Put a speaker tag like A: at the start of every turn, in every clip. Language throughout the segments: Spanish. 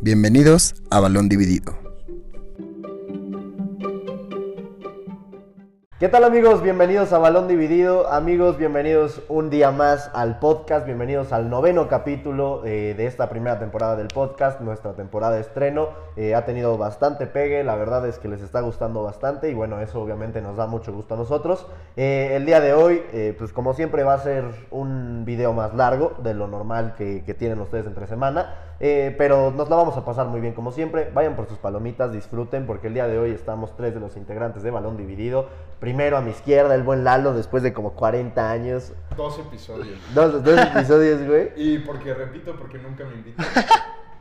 A: Bienvenidos a Balón Dividido.
B: ¿Qué tal amigos? Bienvenidos a Balón Dividido. Amigos, bienvenidos un día más al podcast. Bienvenidos al noveno capítulo eh, de esta primera temporada del podcast, nuestra temporada de estreno. Eh, ha tenido bastante pegue, la verdad es que les está gustando bastante y bueno, eso obviamente nos da mucho gusto a nosotros. Eh, el día de hoy, eh, pues como siempre va a ser un video más largo de lo normal que, que tienen ustedes entre semana, eh, pero nos la vamos a pasar muy bien como siempre. Vayan por sus palomitas, disfruten porque el día de hoy estamos tres de los integrantes de Balón Dividido. Primero a mi izquierda el buen Lalo después de como 40 años,
C: Dos episodios.
B: dos, dos episodios, güey.
C: Y porque, repito, porque nunca me invitan.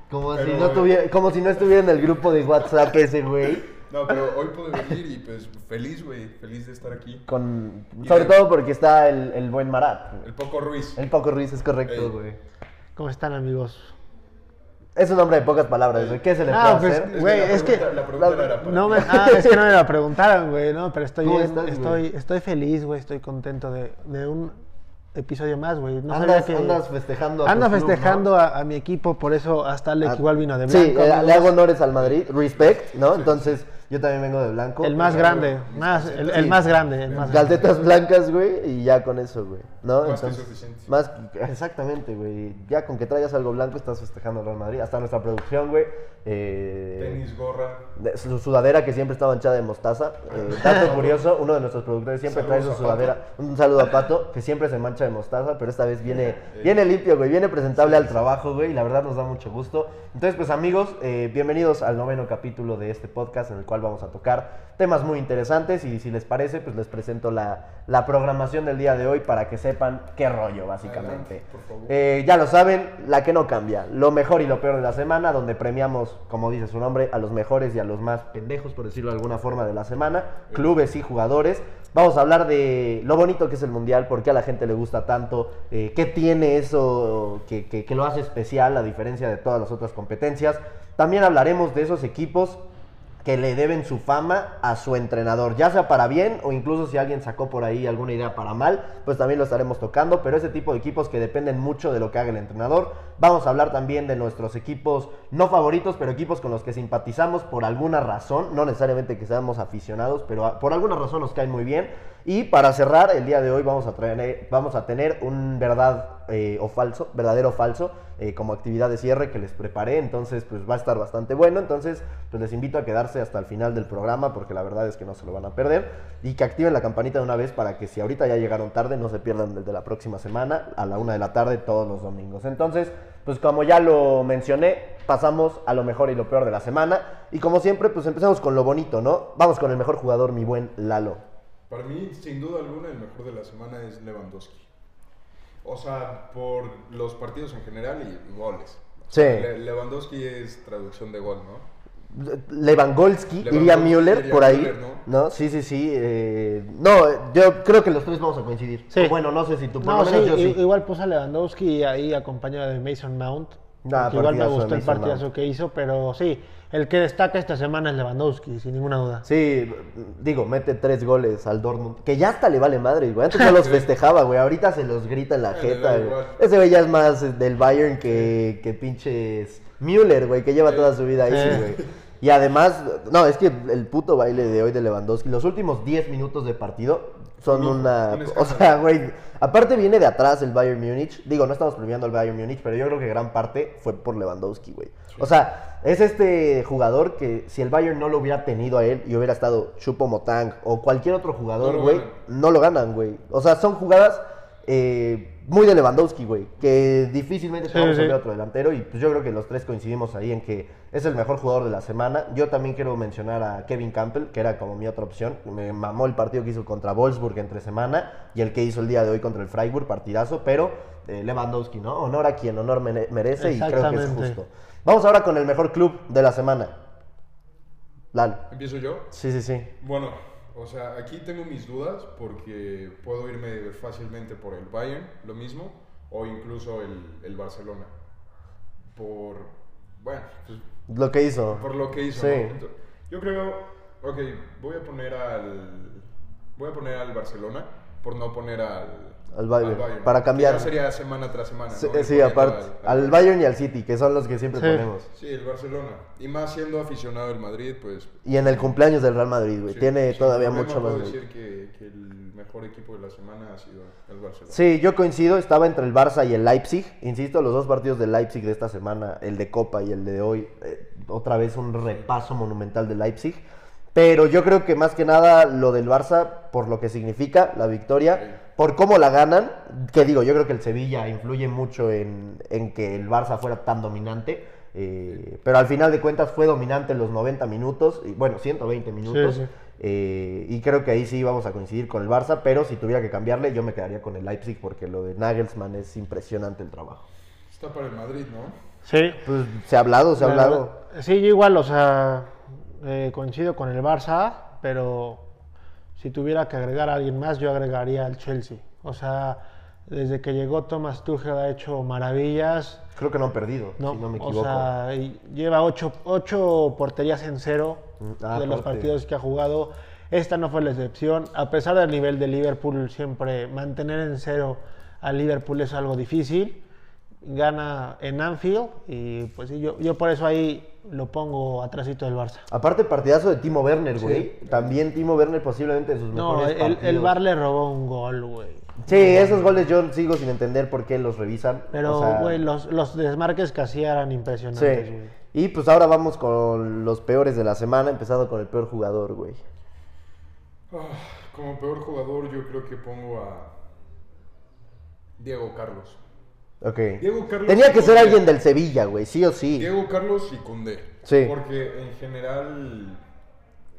B: Como si,
C: Pero,
B: no
C: güey.
B: tuviera, como si no estuviera en el grupo de WhatsApp ese, güey.
C: No, pero hoy puedo venir y pues feliz, güey. Feliz de estar aquí.
B: Con,
C: Y
B: sobre
C: el-
B: todo porque está el, el buen Marat. güey.
C: El Poco Ruiz.
D: Eh,
B: El Paco Ruiz es correcto,
C: Ey.
B: güey.
D: ¿Cómo están, amigos?
B: Es un hombre de pocas palabras, güey. ¿Qué se le
D: Ah,
B: puede
D: pues,
B: hacer?
C: que
D: güey,
C: la
D: es
C: pregunta-
D: que-
C: La pregunta
B: la-
C: era para
D: No
C: ti.
D: me, ah, es que no me la preguntaron, güey, ¿no? Pero estoy
B: ¿Cómo
D: bien,
B: estás, güey?
D: estoy, estoy feliz, güey, estoy contento de, de un episodio más, güey. No sabía
B: andas,
D: que-
B: andas festejando a
D: ando
B: tu club,
D: festejando
B: ¿no?
D: a, a mi equipo, por eso hasta Alec
B: Ah,
D: igual vino de
B: Sí,
D: blanco.
B: eh,
D: amigos.
B: le hago honores al Madrid, respect, ¿no? Entonces, yo también vengo de blanco.
D: el más
B: Eh,
D: grande, más, el, el más grande, el más grande.
B: Calcetas blancas, güey, y ya con eso, güey. ¿No?
C: Más que suficiente.
B: Más, exactamente, güey. Ya con que traigas algo blanco estás festejando al Real Madrid. Hasta nuestra producción, güey. eh,
C: Tenis, gorra.
B: de- su sudadera que siempre estaba hinchada de mostaza. Eh, dato curioso, uno de nuestros productores siempre
C: Saludos
B: trae su
C: a Pato.
B: sudadera. Un saludo a Pato, que siempre se mancha de mostaza, pero esta vez viene, viene limpio, güey. Viene presentable al trabajo, güey. Y la verdad nos da mucho gusto. Entonces, pues amigos, eh, bienvenidos al noveno capítulo de este podcast en el cual vamos a tocar temas muy interesantes. Y si les parece, pues les presento la, la programación del día de hoy para que sepan qué rollo, básicamente.
C: Adelante, por favor.
B: Eh, ya lo saben, la que no cambia, lo mejor y lo peor de la semana, donde premiamos, como dice su nombre, a los mejores y a los más pendejos, por decirlo de alguna forma, de la semana, clubes y jugadores. Vamos a hablar de lo bonito que es el Mundial, por qué a la gente le gusta tanto, eh, qué tiene eso que, que- que lo hace especial a diferencia de todas las otras competencias. También hablaremos de esos equipos que le deben su fama a su entrenador, ya sea para bien o incluso si alguien sacó por ahí alguna idea para mal, pues también lo estaremos tocando, pero ese tipo de equipos que dependen mucho de lo que haga el entrenador. Vamos a hablar también de nuestros equipos no favoritos, pero equipos con los que simpatizamos por alguna razón, no necesariamente que seamos aficionados, pero a- por alguna razón nos caen muy bien. Y para cerrar, el día de hoy vamos a, traer- vamos a tener un verdad eh, o falso, verdadero o falso, eh, como actividad de cierre que les preparé, entonces pues va a estar bastante bueno, entonces pues les invito a quedarse hasta el final del programa porque la verdad es que no se lo van a perder y que activen la campanita de una vez para que si ahorita ya llegaron tarde no se pierdan desde la próxima semana a la una de la tarde todos los domingos. Entonces pues como ya lo mencioné, pasamos a lo mejor y lo peor de la semana y como siempre pues empezamos con lo bonito, ¿no? Vamos con el mejor jugador, mi buen Lalo.
C: Para mí, sin duda alguna, el mejor de la semana es Lewandowski. O sea, por los partidos en general y goles. O sea,
B: Sí.
C: Le- Lewandowski es traducción de gol, ¿no?
B: Lewandowski,
C: Lewandowski,
B: iría Müller
C: iría
B: por ahí.
C: Müller,
B: ¿no? Sí, sí, sí. eh, no, yo creo que los tres vamos a coincidir.
D: Sí.
B: Bueno, no sé si tú, por
D: No,
B: lo menos
D: sí,
B: yo
D: i-
B: sí.
D: Igual puse a Lewandowski ahí acompañado de Mason Mount.
B: Ah,
D: que igual
B: partidazo
D: me
B: de
D: gustó el
B: Mason Mount.
D: partidazo que hizo, pero sí, el que destaca esta semana es Lewandowski, sin ninguna duda.
B: Sí, digo, mete tres goles al Dortmund, que ya hasta le vale madre, güey. Antes no los festejaba, güey. Ahorita se los grita en la
C: Eh, le
B: jeta,
C: da
B: güey.
C: igual.
B: Ese güey ya es más del Bayern que, que pinches Müller, güey, que lleva toda su vida ahí,
D: Sí.
B: sí, güey. Y además, no, es que el puto baile de hoy de Lewandowski, los últimos 10 minutos de partido son
C: No,
B: una...
C: un
B: o
C: escándalo.
B: sea, güey, aparte viene de atrás el Bayern Múnich. Digo, no estamos premiando al Bayern Múnich, pero yo creo que gran parte fue por Lewandowski, güey. O sea, es este jugador que si el Bayern no lo hubiera tenido a él y hubiera estado Chupo Motang o cualquier otro jugador,
C: No lo
B: güey,
C: ganan.
B: no lo ganan, güey. O sea, son jugadas eh, muy de Lewandowski, güey, que difícilmente
D: Sí,
B: podemos
D: sí.
B: ver otro delantero. Y pues yo creo que los tres coincidimos ahí en que es el mejor jugador de la semana. Yo también quiero mencionar a Kevin Campbell, que era como mi otra opción. Me mamó el partido que hizo contra Wolfsburg entre semana y el que hizo el día de hoy contra el Freiburg, partidazo, pero eh, Lewandowski, ¿no? Honor a quien honor mere- merece y creo que es
D: Exactamente.
B: justo. Vamos ahora con el mejor club de la semana. Lalo.
C: ¿Empiezo yo?
B: Sí, sí, sí.
C: Bueno, o sea, aquí tengo mis dudas porque puedo irme fácilmente por el Bayern, lo mismo, o incluso el, el Barcelona. Por, bueno, pues,
B: Lo que hizo.
C: por lo que hizo.
B: Sí.
C: ¿no? Ento- yo creo, ok, voy a poner al, voy a poner al Barcelona por no poner al,
B: Al Bayern.
C: al Bayern.
B: Para cambiar.
C: Ya sería semana tras semana.
B: Sí,
C: ¿no? Le
B: sí,
C: poniendo
B: aparte. Al, Bayern y al City, que son los que siempre
D: Sí.
B: ponemos.
C: Sí, el Barcelona. Y más siendo aficionado del Madrid, pues.
B: Y en el cumpleaños del Real Madrid, güey.
C: sí,
B: Tiene
C: sin
B: todavía
C: problema
B: mucho más.
C: puedo
B: güey.
C: decir que, que el mejor equipo de la semana ha sido el Barcelona.
B: Sí, yo coincido, estaba entre el Barça y el Leipzig. Insisto, los dos partidos del Leipzig de esta semana, el de Copa y el de hoy, eh, otra vez un repaso monumental de Leipzig. Pero yo creo que más que nada lo del Barça, por lo que significa la victoria, por cómo la ganan, que digo, yo creo que el Sevilla influye mucho en, en que el Barça fuera tan dominante. eh, pero al final de cuentas fue dominante los 90 minutos, y bueno, 120 minutos.
D: sí.
B: Eh, y creo que ahí sí vamos a coincidir con el Barça, pero si tuviera que cambiarle, yo me quedaría con el Leipzig porque lo de Nagelsmann es impresionante el trabajo.
C: Está para el Madrid, ¿no?
D: Sí.
B: Pues se ha hablado, se ha
D: La
B: hablado.
D: verdad- Sí, yo igual, o sea, eh, coincido con el Barça, pero si tuviera que agregar a alguien más, yo agregaría al Chelsea. O sea, desde que llegó Thomas Tuchel ha hecho maravillas.
B: Creo que no han perdido,
D: No,
B: si no me equivoco.
D: O sea, y lleva ocho, ocho porterías en cero
B: Ah,
D: de los
B: aparte.
D: partidos que ha jugado. Esta no fue la excepción. A pesar del nivel de Liverpool, siempre mantener en cero a Liverpool es algo difícil. Gana en Anfield y pues sí, yo, yo por eso ahí lo pongo atrásito del Barça.
B: Aparte, partidazo de Timo Werner, güey. También Timo Werner posiblemente de sus
D: No,
B: mejores
D: el, el
B: partidos.
D: Bar le robó un gol, güey.
B: Sí, esos goles yo sigo sin entender por qué los revisan.
D: Pero,
B: o sea,
D: güey, los, los desmarques que hacía eran
B: sí.
D: impresionantes, güey.
B: Y pues ahora vamos con los peores de la semana, empezando con el peor jugador, güey.
C: Ah, como peor jugador, yo creo que pongo a. Diego Carlos.
B: Ok.
C: Diego Carlos
B: Tenía que ser
C: Conde.
B: alguien del Sevilla, güey, sí o sí.
C: Diego Carlos y Cundé.
B: Sí.
C: Porque en general,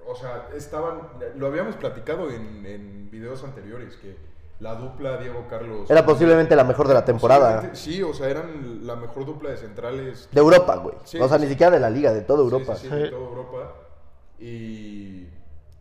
C: o sea, estaban, lo habíamos platicado en, en videos anteriores, que la dupla Diego Carlos...
B: Era posiblemente la mejor de la temporada.
C: Posiblemente- Sí, o sea, eran la mejor dupla de centrales
B: De Europa, güey.
C: Sí,
B: o sea,
C: sí,
B: ni
C: sí.
B: siquiera de la liga, de toda Europa.
C: Sí, sí, sí, de
D: Sí.
C: toda Europa. Y,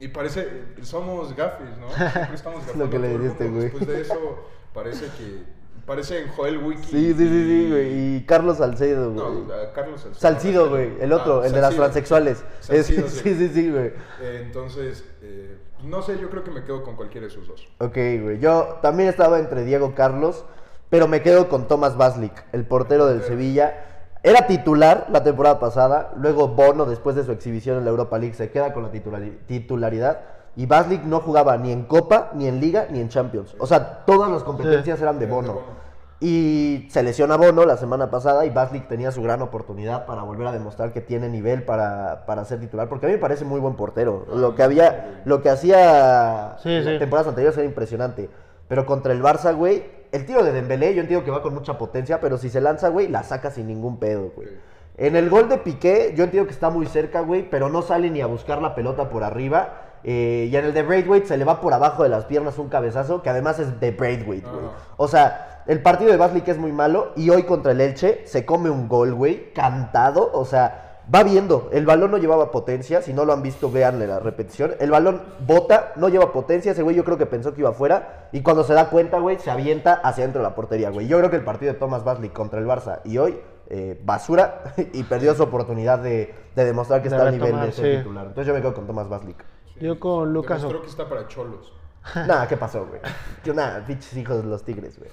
C: y parece, somos gafes, ¿no? Siempre estamos
B: Es lo
C: gafando
B: que
C: a
B: le
C: todo el
B: dijiste,
C: mundo.
B: güey.
C: Después de eso, parece que... Parece en Joel Wiki.
B: Sí, sí, sí, sí,
C: y-
B: güey. Y Carlos Salcedo, güey.
C: No, a Carlos Salcedo.
B: Salcido, güey. El otro,
C: Ah,
B: el de las
C: Salcido.
B: transexuales. Es-
C: Salcido,
B: sí, sí, sí, güey.
C: Eh, entonces, eh, no sé, yo creo que me quedo con cualquiera de esos dos.
B: Ok, güey. Yo también estaba entre Diego Carlos, pero me quedo con Tomás Baslik, el portero del Sevilla. Era titular la temporada pasada, luego Bono, después de su exhibición en la Europa League, se queda con la titulari- titularidad. Y Baslik no jugaba ni en Copa, ni en Liga, ni en Champions. O sea, todas las competencias eran de
C: Eran de
B: Bono.
C: Bono.
B: Y se lesiona Bono la semana pasada y Baslik tenía su gran oportunidad para volver a demostrar que tiene nivel para, para ser titular, porque a mí me parece muy buen portero. Lo que había, lo que hacía
D: Sí,
B: en
D: sí.
B: temporadas anteriores era impresionante. Pero contra el Barça, güey, el tiro de Dembélé yo entiendo que va con mucha potencia, pero si se lanza, güey, la saca sin ningún pedo, güey.
C: Sí.
B: En el gol de Piqué, yo entiendo que está muy cerca, güey, pero no sale ni a buscar la pelota por arriba. Eh, y en el de Braithwaite se le va por abajo de las piernas un cabezazo, que además es de Braithwaite, güey.
C: Ah.
B: O sea, el partido de Baslik es muy malo y hoy contra el Elche se come un gol, güey, cantado. O sea, va viendo, el balón no llevaba potencia, si no lo han visto, véanle la repetición. El balón bota, no lleva potencia, ese güey yo creo que pensó que iba afuera y cuando se da cuenta, güey, se avienta hacia dentro de la portería, güey. Yo creo que el partido de Thomas Baslik contra el Barça y hoy, eh, basura y perdió su oportunidad de, de demostrar que
D: De
B: está al nivel de
D: retomar,
B: ser
D: sí.
B: titular. Entonces yo me quedo con Thomas Baslik.
D: Yo con Lucas
C: Creo
D: O-
C: que está para Cholos.
B: Nada, ¿qué pasó, güey? Que Nada, pinches hijos de los tigres, güey.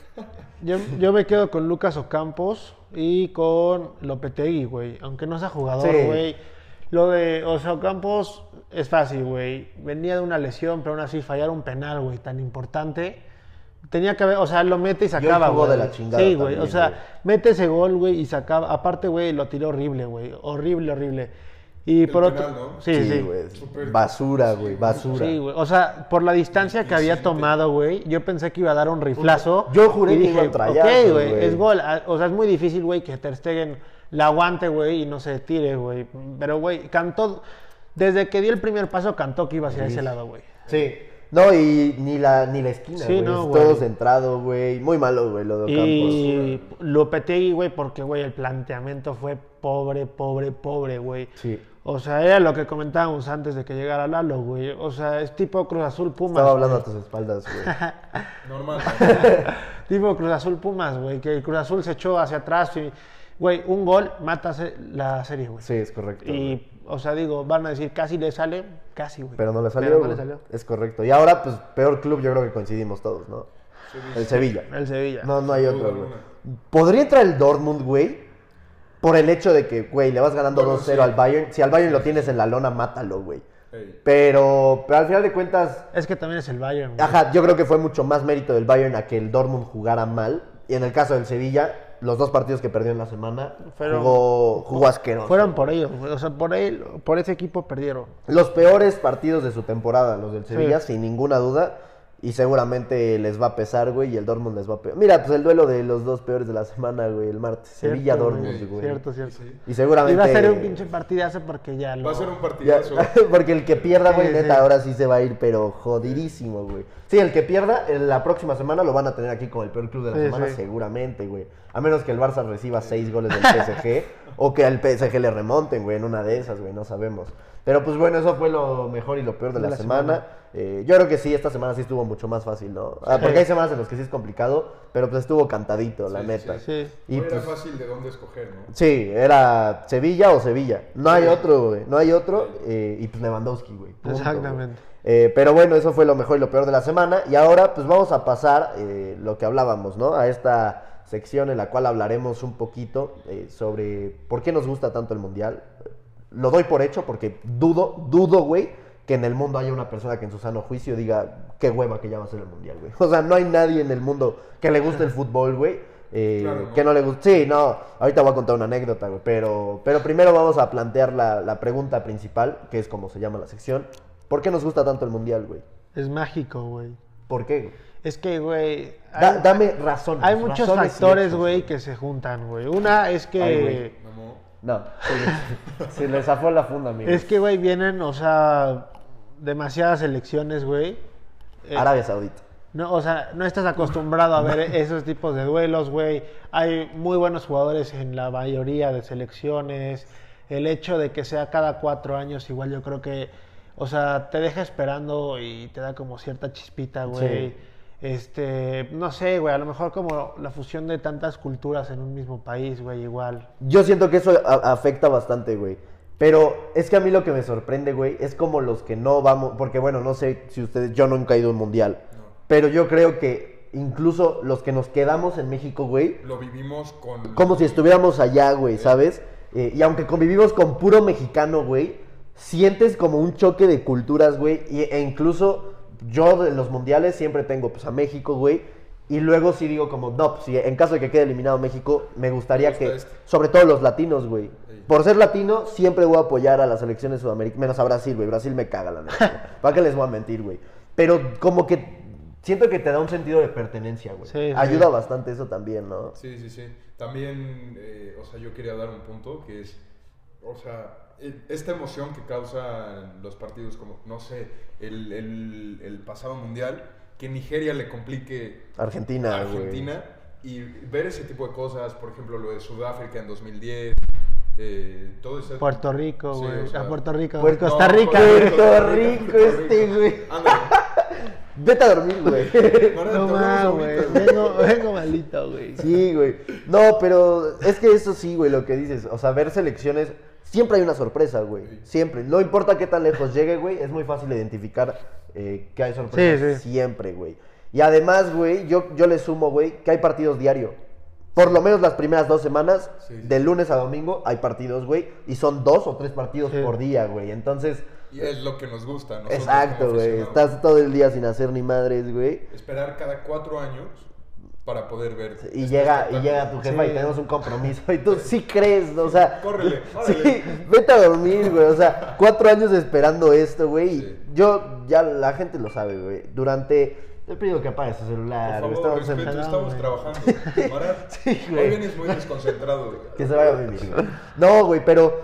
D: Yo, yo me quedo con Lucas Ocampos y con Lopetegui, güey. Aunque no sea jugador,
B: Sí.
D: güey. Lo de, o sea, Ocampos es fácil, güey. Venía de una lesión, pero aún así fallar un penal, güey, tan importante. Tenía que haber, o sea, lo mete y sacaba,
B: jugó
D: güey.
B: de la chingada
D: Sí, güey.
B: también,
D: O sea,
B: güey.
D: mete ese gol, güey, y sacaba. Aparte, güey, lo tiró horrible, güey. Horrible, horrible. Y
C: El
D: por
C: penal,
D: otro.
C: ¿no?
D: Sí, sí.
B: güey.
C: Súper-
B: Basura,
C: sí,
B: güey,
C: güey.
B: basura.
D: Sí, güey. O sea, por la distancia que había tomado, güey, yo pensé que iba a dar un riflazo.
B: Yo juré
D: y
B: que iba a trallazo,
D: "Ok, güey,
B: güey".
D: es gol. Ah, O sea, es muy difícil, güey, que Ter Stegen la aguante, güey, y no se tire, güey. Pero, güey, cantó... Desde que dio el primer paso, cantó que iba hacia ese lado, güey.
B: Sí. No, y ni la, ni la esquina,
D: Sí,
B: güey.
D: no,
B: es
D: güey.
B: todo centrado, güey. Muy malo, güey, lo de Ocampos.
D: Y Lopetegui, güey, porque, güey, el planteamiento fue pobre, pobre, pobre, güey.
B: Sí.
D: O sea, era lo que comentábamos antes de que llegara Lalo, güey. O sea, es tipo Cruz Azul Pumas.
B: Estaba hablando a tus espaldas, güey.
C: Normal.
D: Tipo Cruz Azul Pumas, güey, que el Cruz Azul se echó hacia atrás y, güey, un gol mata se- la serie, güey.
B: Sí, es correcto. güey.
D: Y, o sea, digo, van a decir, casi le sale, casi, güey.
B: Pero no le salió.
D: Pero no
B: güey.
D: le salió.
B: Es correcto. Y ahora, pues, peor club, yo creo que coincidimos todos, ¿no? El Sevilla.
D: El Sevilla.
B: No, no hay
C: Sin
B: otro,
C: duda
B: güey.
C: alguna.
B: ¿Podría entrar el Dortmund, güey? Por el hecho de que, güey, le vas ganando
C: Bueno,
B: 2-0
C: sí.
B: al Bayern. Si al Bayern lo tienes en la lona, mátalo, güey.
C: Ey,
B: Pero, pero al final de cuentas,
D: Es que también es el Bayern. güey.
B: Ajá, yo creo que fue mucho más mérito del Bayern a que el Dortmund jugara mal. Y en el caso del Sevilla, los dos partidos que perdió en la semana,
D: Fueron-
B: jugó, jugó asqueroso.
D: Fueron por ellos, güey. O sea, por, él, por ese equipo perdieron.
B: los peores partidos de su temporada, los del Sevilla,
D: Sí.
B: sin ninguna duda. Y seguramente les va a pesar, güey, y el Dortmund les va a pesar. Mira, pues el duelo de los dos peores de la semana, güey, el martes.
D: Cierto,
B: Sevilla-Dortmund, güey.
D: Cierto, cierto.
C: sí.
B: Y seguramente...
D: Y va a ser un pinche partidazo porque ya lo...
C: Va a ser un
B: Ya,
C: partidazo.
B: porque el que pierda, güey,
D: Sí,
B: neta,
D: sí.
B: ahora sí se va a ir, pero jodidísimo, güey. Sí, el que pierda, en la próxima semana lo van a tener aquí con el peor club de la
D: Sí,
B: semana,
D: sí.
B: seguramente, güey. A menos que el Barça reciba seis goles del PSG o que al PSG le remonten, güey, en una de esas, güey, no sabemos. Pero pues bueno, eso fue lo mejor y lo peor de, la, semana. Eh, yo creo que sí, esta semana sí estuvo mucho más fácil, ¿no? Ah, porque
D: Sí.
B: hay semanas en las que sí es complicado, pero pues estuvo cantadito, la
C: Sí,
B: neta.
D: Sí.
B: Y
C: Era
B: pues-
C: fácil de dónde escoger, ¿no?
B: Sí, era Sevilla o Sevilla. No hay otro, güey. No hay otro. eh, y pues Lewandowski, güey. Punto,
D: Exactamente.
B: güey. Eh, pero bueno, eso fue lo mejor y lo peor de la semana. Y ahora, pues vamos a pasar eh, lo que hablábamos, ¿no? A esta sección en la cual hablaremos un poquito eh, sobre por qué nos gusta tanto el Mundial. Lo doy por hecho porque dudo, dudo, güey, que en el mundo haya una persona que en su sano juicio diga qué hueva que ya va a ser el Mundial, güey. O sea, no hay nadie en el mundo que le guste el fútbol, güey. eh,
C: Claro, ¿no?
B: que no le gusta. Sí, no, ahorita voy a contar una anécdota, güey, pero, pero primero vamos a plantear la, la pregunta principal, que es como se llama la sección. ¿Por qué nos gusta tanto el mundial, güey?
D: Es mágico, güey.
B: ¿Por qué? güey?
D: Es que, güey...
B: Da-
D: hay-
B: dame razones.
D: Hay muchos
B: razones y
D: factores,
B: hechos,
D: güey, que se juntan, güey. Una es que...
B: Ay, güey.
C: Mamó.
B: No, sí, se le zafó la funda, amigo.
D: Es que, güey, vienen, o sea, demasiadas elecciones, güey. Eh,
B: Arabia Saudita.
D: no, o sea, no estás acostumbrado a ver esos tipos de duelos, güey. Hay muy buenos jugadores en la mayoría de selecciones. El hecho de que sea cada cuatro años, igual yo creo que, o sea, te deja esperando y te da como cierta chispita, güey.
B: Sí.
D: Este, no sé, güey, a lo mejor como la fusión de tantas culturas en un mismo país, güey, igual.
B: Yo siento que eso a- afecta bastante, güey. Pero es que a mí lo que me sorprende, güey, es como los que no vamos. Porque bueno, no sé si ustedes. Yo nunca he ido a un mundial. Pero yo creo que incluso los que nos quedamos en México, güey,
C: Lo vivimos con.
B: como si estuviéramos allá, güey, ¿sabes? Eh, y aunque convivimos con puro mexicano, güey, sientes como un choque de culturas, güey. y- E incluso yo en los mundiales siempre tengo pues a México, güey. Y luego sí digo como, no, pues, si en caso de que quede eliminado México, me gustaría
C: gusta
B: que,
C: este.
B: sobre todo los latinos, güey.
C: Sí.
B: Por ser latino, siempre voy a apoyar a las selecciones sudamericanas, menos a Brasil, güey. Brasil me caga, la neta. ¿Para qué les voy a mentir, güey? Pero como que siento que te da un sentido de pertenencia, güey.
D: Sí, sí.
B: Ayuda bastante eso también, ¿no?
C: Sí, sí, sí. También, eh, o sea, yo quería dar un punto que es, o sea, e- esta emoción que causan los partidos como, no sé, el, el- el pasado mundial, que Nigeria le complique
B: Argentina,
C: a
B: güey.
C: Argentina y ver ese tipo de cosas, por ejemplo, lo de Sudáfrica en 2010, eh, todo ese...
D: Puerto Rico,
C: Sí,
D: güey.
C: o sea,
D: a Puerto Rico,
B: Puerto-
D: Costa
C: No,
D: Rica,
B: Puerto
D: güey.
B: Puerto Rico, este, güey.
C: Ándale.
B: Vete a dormir, güey.
C: Ahora
D: No
C: te
D: más,
C: hablamos
D: güey.
C: ahorita.
D: Vengo, vengo malito, güey.
B: Sí, güey. No, pero es que eso sí, güey, lo que dices. O sea, ver selecciones, siempre hay una sorpresa, güey. Siempre. No importa qué tan lejos llegue, güey, es muy fácil identificar eh, que hay sorpresas
D: Sí, sí.
B: siempre, güey. Y además, güey, yo, yo le sumo, güey, que hay partidos diario. Por lo menos las primeras dos semanas,
C: Sí, sí.
B: de lunes a domingo, hay partidos, güey. Y son dos o tres partidos
D: Sí.
B: por día, güey. Entonces,
C: Y es lo que nos gusta, nosotros como
B: exacto, güey.
C: aficionados.
B: Estás todo el día sin hacer ni madres, güey.
C: Esperar cada cuatro años para poder ver.
B: Y
C: este
B: llega, y
C: espectáculo.
B: llega tu jefa y
D: Sí.
B: tenemos un compromiso. Y tú sí crees, ¿no? o sea.
C: Córrele,
B: Sí,
C: órale.
B: vete a dormir, güey. O sea, cuatro años esperando esto, güey. y
C: Sí.
B: Yo, ya la gente lo sabe, güey. Durante. Te pido que apagues tu celular.
C: Por
B: güey,
C: favor,
B: estamos
C: respeto,
B: en-
D: enfermos,
C: estamos trabajando. Ahora,
B: güey.
C: hoy vienes muy desconcentrado. güey.
B: Que se vaya a dormir. güey. No, güey, pero.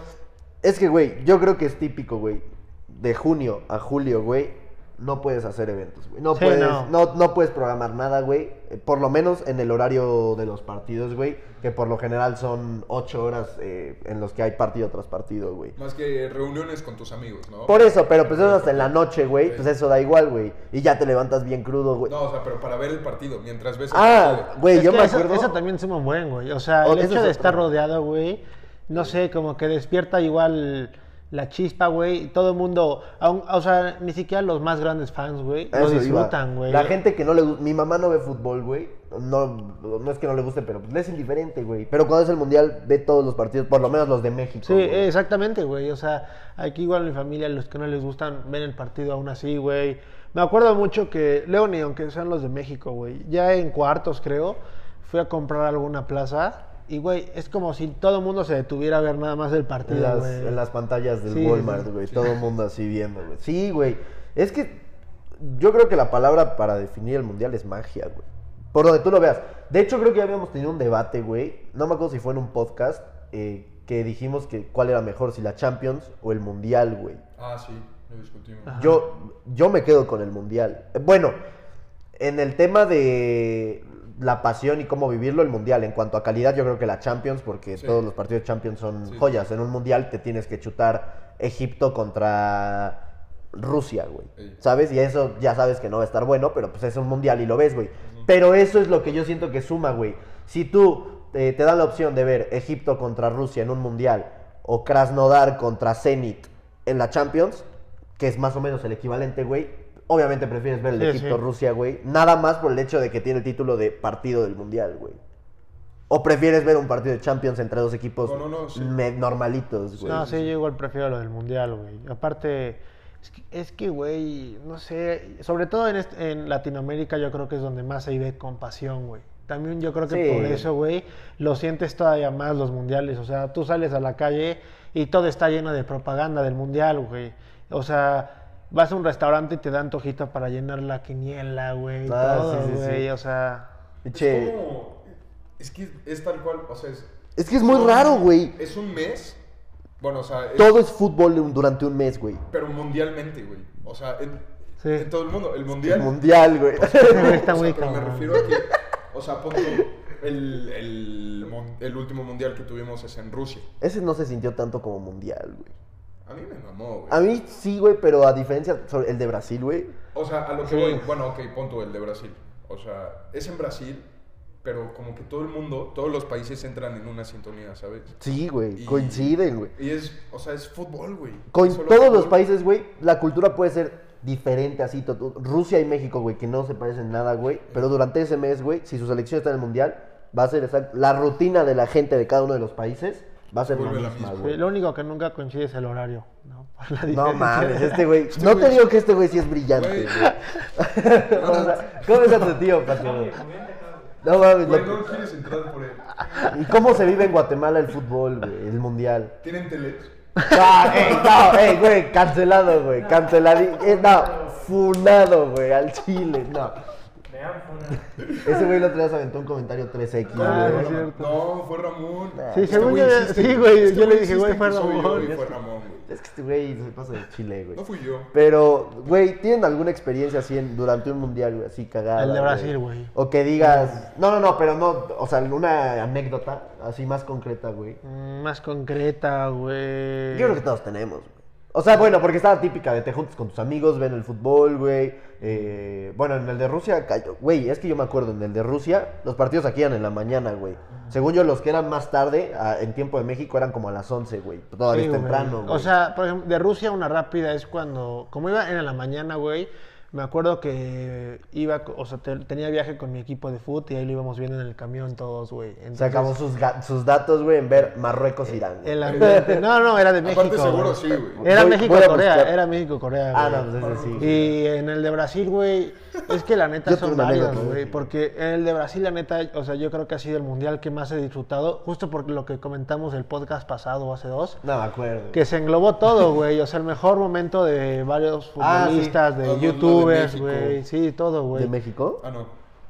B: Es que, güey, yo creo que es típico, güey. De junio a julio, güey. No puedes hacer eventos, güey. No,
D: Sí,
B: puedes,
D: no.
B: no. no puedes programar nada, güey. eh, Por lo menos en el horario de los partidos, güey. Que por lo general son ocho horas eh, en los que hay partido tras partido, güey.
C: Más que reuniones con tus amigos, ¿no?
B: Por eso, pero pues eso hasta en la noche, güey.
C: Sí.
B: Pues eso da igual, güey. Y ya te levantas bien crudo, güey.
C: No, o sea, pero para ver el partido, mientras ves el
B: ah,
C: partido.
B: güey,
D: Es
B: yo
D: que
B: me
D: eso-
B: acuerdo.
D: Eso, también es un buen, güey. O sea,
B: Oh,
D: el
B: eso
D: hecho
B: es
D: de
B: otro.
D: estar rodeado, güey, no sé, como que despierta igual la chispa, güey. Todo el mundo, aun- o sea, ni siquiera los más grandes fans, güey,
B: A
D: lo
B: eso iba.
D: disfrutan, güey.
B: La gente que no le gu- Mi mamá no ve fútbol, güey. No, no es que no le guste, pero pues, le es indiferente, güey. Pero cuando es el mundial, ve todos los partidos, por lo menos los de México.
D: Sí,
B: güey.
D: exactamente, güey. O sea, aquí igual mi familia, los que no les gustan, ven el partido aún así, güey. Me acuerdo mucho que, Leoni, aunque sean los de México, güey, ya en cuartos, creo, fui a comprar alguna plaza y, güey, es como si todo el mundo se detuviera a ver nada más el partido,
B: En las,
D: güey.
B: en las pantallas del
D: Sí,
B: Walmart,
D: sí,
B: güey. Todo el mundo así viendo, güey. Sí, güey. Es que yo creo que la palabra para definir el mundial es magia, güey. Por donde tú lo veas. De hecho, creo que ya habíamos tenido un debate, güey. No me acuerdo si fue en un podcast eh, que dijimos que cuál era mejor, si la Champions o el mundial, güey.
C: Ah, sí, lo discutimos.
B: Yo, yo me quedo con el mundial. Eh, Bueno, en el tema de la pasión y cómo vivirlo, el mundial. En cuanto a calidad, yo creo que la Champions, porque
C: Sí.
B: todos los partidos de Champions son
C: Sí.
B: joyas. En un mundial te tienes que chutar Egipto contra Rusia, güey.
C: Ey.
B: ¿Sabes? Y eso ya sabes que no va a estar bueno, pero pues es un mundial y lo ves, güey. Pero eso es lo que yo siento que suma, güey. Si tú eh, te dan la opción de ver Egipto contra Rusia en un mundial o Krasnodar contra Zenit en la Champions, que es más o menos el equivalente, güey. Obviamente prefieres ver el
D: Sí,
B: Egipto-Rusia, güey. Nada más por el hecho de que tiene el título de partido del mundial, güey. O prefieres ver un partido de Champions entre dos equipos
C: No, no, no, sí.
B: me- normalitos, güey.
D: No, sí, yo igual prefiero lo del mundial, güey. Aparte, es que- es que, güey, no sé, sobre todo en, est- en Latinoamérica yo creo que es donde más se vive con pasión, güey. También yo creo que
B: Sí.
D: por eso, güey, lo sientes todavía más los mundiales. O sea, tú sales a la calle y todo está lleno de propaganda del mundial, güey. O sea, vas a un restaurante y te dan tojita para llenar la quiniela, güey.
B: Ah,
D: todo,
B: sí, sí, sí.
D: güey. O sea,
B: Che,
C: Es como. Es que es tal cual, o sea, es.
B: Es que es muy raro, güey.
C: Es un mes. Bueno, o sea, es-
B: Todo es fútbol un- durante un mes, güey.
C: pero mundialmente, güey. O sea, en,
D: Sí.
C: en todo el mundo. El mundial.
B: El mundial, güey.
D: está
C: O sea,
D: muy
C: pero me
D: cabrón.
C: refiero a que, o sea, pon tú, el, el mon- el último mundial que tuvimos es en Rusia.
B: Ese no se sintió tanto como mundial, güey.
C: A mí me mamó, güey.
B: A mí sí, güey, pero a diferencia sobre el de Brasil, güey.
C: O sea, a lo que voy, bueno, ok, pon tú el de Brasil. O sea, es en Brasil, pero como que todo el mundo, todos los países entran en una sintonía, ¿sabes?
B: Sí, güey.
C: Y-
B: Coinciden, güey.
C: Y es, o sea, es fútbol, güey.
B: Con
C: Solo
B: todos los
C: fútbol.
B: países, güey, la cultura puede ser diferente así. to- to- Rusia y México, güey, que no se parecen nada, güey. Pero durante ese mes, güey, si su selección está en el mundial, va a ser exact- la rutina de la gente de cada uno de los países va a ser la
C: Vuelve la
B: misma,
C: misma.
D: sí,
B: güey.
D: lo único que nunca coincide es el horario, ¿no? Por la
B: No
D: diferencia
B: mames,
D: de-
B: este güey.
C: Este
B: No te
C: güey-
B: digo que este güey sí es brillante.
C: Güey,
B: güey. ¿Cómo está- cómo está tu tío, Paco? No mames,
C: güey,
B: lo-
C: no quieres entrar por él.
B: ¿y cómo se vive en Guatemala el fútbol, güey? El mundial.
C: Tienen teles.
B: Ah, ey, no, ey, güey, cancelado, güey, cancelado. no, funado, güey, al chile, no. Ese güey el otro día se aventó un comentario 3X,
D: Ah,
B: güey.
D: es cierto.
C: No, fue Ramón.
D: Sí,
C: Este
D: según yo,
C: insiste.
D: sí, güey,
C: Este
D: yo le dije, güey,
C: insiste
D: fue
C: en que soy yo,
D: Ramón.
C: y fue Ramón, güey.
B: Es que este güey se pasa de chile, güey.
C: No fui yo.
B: Pero, güey, ¿tienen alguna experiencia así en- durante un mundial, güey, así cagada?
D: El de Brasil, güey.
B: O que digas. No, no, no, pero no. O sea, alguna anécdota así más concreta, güey.
D: Mm, Más concreta, güey.
B: Yo creo que todos tenemos, güey. O sea, bueno, porque está la típica de te juntas con tus amigos, ven el fútbol, güey. Eh, bueno, en el de Rusia, cayó- güey, es que yo me acuerdo, en el de Rusia, los partidos aquí eran en la mañana, güey. Según yo, los que eran más tarde, a- en tiempo de México, eran como a las 11, güey. Todavía
D: Sí,
B: es
D: güey.
B: temprano, güey.
D: O sea, por ejemplo, de Rusia una rápida es cuando, como iba en la mañana, güey, me acuerdo que iba, co- o sea, te- tenía viaje con mi equipo de fútbol y ahí lo íbamos viendo en el camión todos, güey. Entonces,
B: se acabó sus, ga- sus datos, güey, en ver
D: Eh,
B: Marruecos-Irán. güey.
D: el ambiente. No, no, era de México.
C: Aparte, seguro
D: güey.
C: sí, güey.
D: Era
B: Voy- voy a
D: México-Corea,
B: buscar.
D: era México-Corea.
B: Ah,
D: güey.
B: no, pues ese sí.
D: Y en el de Brasil, güey, es que la neta
B: Yo
D: son
B: tuve una
D: varias,
B: anécdota,
D: güey.
B: güey.
D: Porque en el de Brasil, la neta, o sea, yo creo que ha sido el mundial que más he disfrutado, justo por lo que comentamos el podcast pasado o hace dos,
B: No me acuerdo.
D: que se englobó todo, güey. O sea, el mejor momento de varios
B: Ah, sí.
D: futbolistas, de
C: Todo lo de
D: youtubers,
C: México.
D: güey. Sí, todo,
B: ¿De
D: güey.
B: México?
C: Ah, no.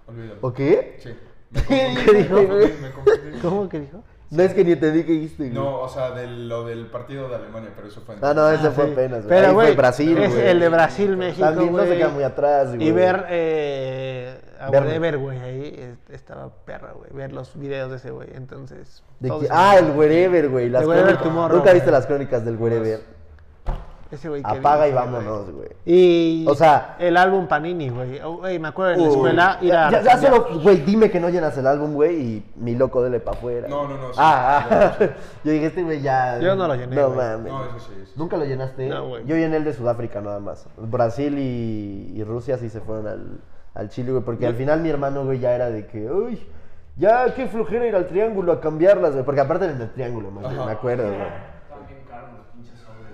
C: Olvídalo.
B: ¿O qué?
C: Sí. Me
B: ¿Qué
C: confundí,
B: dijo?
C: me confundí, me confundí.
D: ¿Cómo que dijo?
B: No es que ni entendí que dijiste. güey.
C: No, o sea, de lo del partido de Alemania, pero eso fue en
B: Ah, no, ese
D: Ah,
B: fue
D: sí.
B: apenas. güey. Ahí
D: Pero,
B: fue
D: güey,
B: Brasil,
D: es
B: güey.
D: el de Brasil, México,
B: También no se
D: güey.
B: queda muy atrás, güey.
D: Y ver eh, a
B: Verme.
D: Whatever, güey, ahí es- estaba perra, güey. Ver los videos de ese güey, entonces...
B: ¿De
D: todo
B: qué?
D: se-
B: Ah, el Wherever, güey. las
D: El Wherever
B: crónicas.
D: Tomorrow,
B: Nunca viste
D: güey.
B: las crónicas del Wherever.
D: Ese güey que
B: Apaga y
D: dice, güey.
B: vámonos, güey.
D: Y
B: O sea-
D: el álbum Panini, güey. Oh, güey, me acuerdo en la
B: Uy,
D: escuela ir
B: ya,
D: a
B: ya- ya
D: recambiar.
B: solo, güey, dime que no llenas el álbum, güey, y mi loco dele para afuera.
C: No, no, no, sí,
B: ah, ah.
C: no, sí.
B: Yo dije, este güey ya.
D: Yo no lo llené,
B: No
D: güey.
B: mames.
C: No, eso sí. eso sí.
B: ¿Nunca lo llenaste?
D: No, güey.
B: Yo llené el de Sudáfrica nada más. Brasil y, y Rusia sí se fueron al, al Chile, güey. Porque al final mi hermano, güey, ya era de que, uy, ya qué flojera ir al triángulo a cambiarlas, güey. Porque aparte era en el triángulo, más bien,
C: Ajá.
B: me acuerdo, güey. Ah,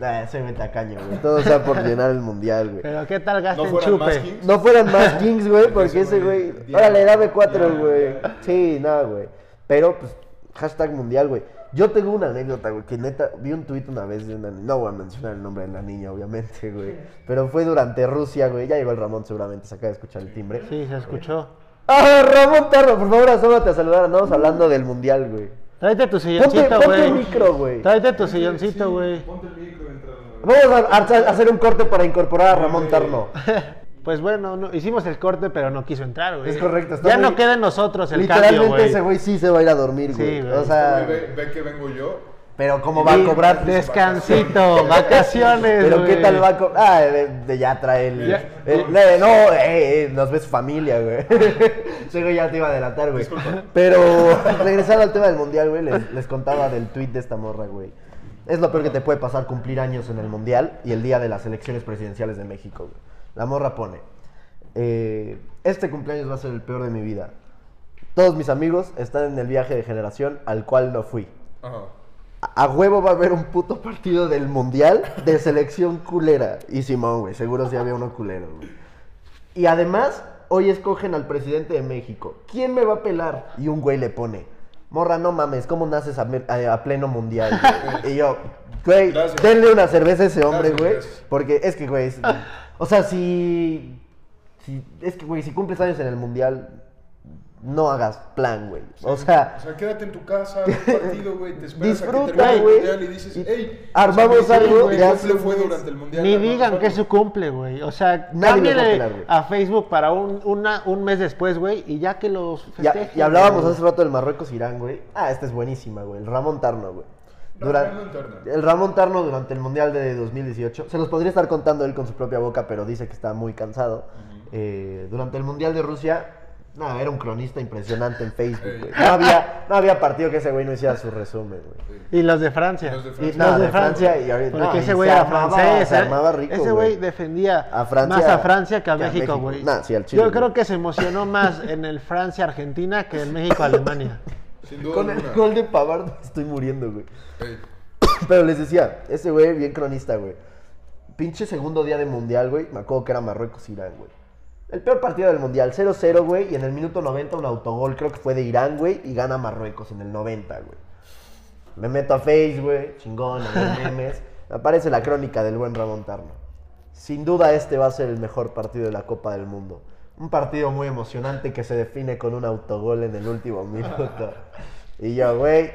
B: Nah, soy metacaño, güey. Todo sea por llenar el mundial, güey.
D: Pero qué tal gasten
C: fueran más
D: chupe.
C: Kings.
B: No fueran más Kings, güey, porque
C: Porque
B: ese
C: ese
B: güey.
C: güey-
B: Órale, dame
C: Ya,
B: cuatro, güey.
C: ya.
B: Sí, nada, güey. Pero, pues, hashtag mundial, güey. Yo tengo una anécdota, güey, que neta, vi un tuit una vez de una ni- No voy a mencionar el nombre de la niña, obviamente, güey. Pero fue durante Rusia, güey. Ya llegó el Ramón, seguramente, se acaba de escuchar el timbre.
D: Sí, se escuchó.
B: ¡Ah, Ramón Tarro! Por favor, asómate a saludar. Andamos hablando del mundial, güey.
D: Tráete tu silloncito,
B: ponte
D: güey.
B: el micro, güey.
D: Tráete tu silloncito, güey.
C: Ponte el micro entra.
B: Vamos a, a- a hacer un corte para incorporar a Ramón Tarno.
D: Pues bueno, no- hicimos el corte, pero no quiso entrar, güey.
B: Es correcto, está
D: Ya
B: muy-
D: no queda en nosotros el
B: Literalmente
D: cambio, güey.
B: ese güey sí se va a ir a dormir, güey.
D: güey.
B: o sea,
C: Güey, ve, ve que vengo yo.
B: pero cómo va a cobrar
D: Descansito, vacaciones,
B: Pero qué
D: güey.
B: tal va con... Ah, de, de ya trae el...
D: Ya.
B: el- de- no, eh, eh, nos ves familia, güey. Ese güey ya te iba a delatar, güey.
C: Disculpa.
B: Pero regresando al tema del mundial, güey, les, les contaba del tweet de esta morra, güey. Es lo peor que te puede pasar cumplir años en el mundial y el día de las elecciones presidenciales de México, güey. La morra pone... eh, este cumpleaños va a ser el peor de mi vida. Todos mis amigos están en el viaje de generación al cual no fui.
C: Ajá.
B: A huevo va a haber un puto partido del mundial de selección culera. Y Simón, güey, seguro sí había uno culero, güey. Y además, hoy escogen al presidente de México. ¿Quién me va a pelar? Y un güey le pone, morra, no mames, ¿cómo naces a, me- a- a pleno mundial? güey?" y yo, güey,
C: Gracias.
B: denle una cerveza a ese hombre,
C: Gracias,
B: güey.
C: gracias.
B: Porque es que, güey, es- o sea, si, si... Es que, güey, si cumples años en el mundial, no hagas plan, güey. O sea...
C: O sea, quédate en tu casa, ve el partido, güey, te esperas a que
B: Disfruta,
C: termine el
B: güey.
C: mundial y dices,
B: Y
C: "Ey,
B: armamos
C: o sea, mi-
B: algo,
C: mi
B: ya
C: cumple
B: sí,
C: fue
B: güey.
C: durante el mundial."
D: Ni
C: hermano.
D: digan que es su cumple, güey. O sea,
B: Nadie lo va a
D: cámbiale
B: pelar, güey.
D: a Facebook para un, una- un mes después, güey, y ya que los
B: Ya,
D: festejen.
B: y hablábamos
D: güey.
B: hace rato del Marruecos-Irán, güey. Ah, esta es buenísima, güey. El Ramón Tarno, güey. Dura-
C: Ramón Tarno.
B: El Ramón Tarno durante el Mundial de 2018. Se los podría estar contando él con su propia boca, pero dice que está muy cansado. Eh, durante el Mundial de Rusia, nada, era un cronista impresionante en Facebook,
C: Ey.
B: güey. No había, no había partido que ese güey no hiciera su resumen, güey.
D: Y los de Francia.
C: Y los de
B: Y
C: Francia.
B: nada, de Francia y ahorita.
D: Porque
B: no,
D: ese
B: y
D: güey
B: se
D: era
B: armaba-
D: francés.
B: Se
D: ¿eh?
B: armaba rico.
D: Ese güey defendía
B: A Francia-
D: más a Francia que a
B: que a
D: México,
B: México.
D: güey.
B: Nah, sí, al Chile,
D: Yo
B: güey.
D: creo que se emocionó más en el Francia-Argentina que en México-Alemania.
C: Sin duda
B: Con el
C: alguna.
B: gol de Pavard estoy muriendo, güey.
C: Ey,
B: Pero les decía, ese güey, bien cronista, güey. Pinche segundo día de mundial, güey. Me acuerdo que era Marruecos-Irán, güey. El peor partido del mundial, 0-0, güey. Y en el minuto 90, un autogol, creo que fue de Irán, güey. Y gana Marruecos en el 90, güey. Me meto a Face, güey. Chingón, en los memes. Aparece la crónica del buen Ramón Tarno. Sin duda, este va a ser el mejor partido de la Copa del Mundo. Un partido muy emocionante que se define con un autogol en el último minuto. Y yo, güey,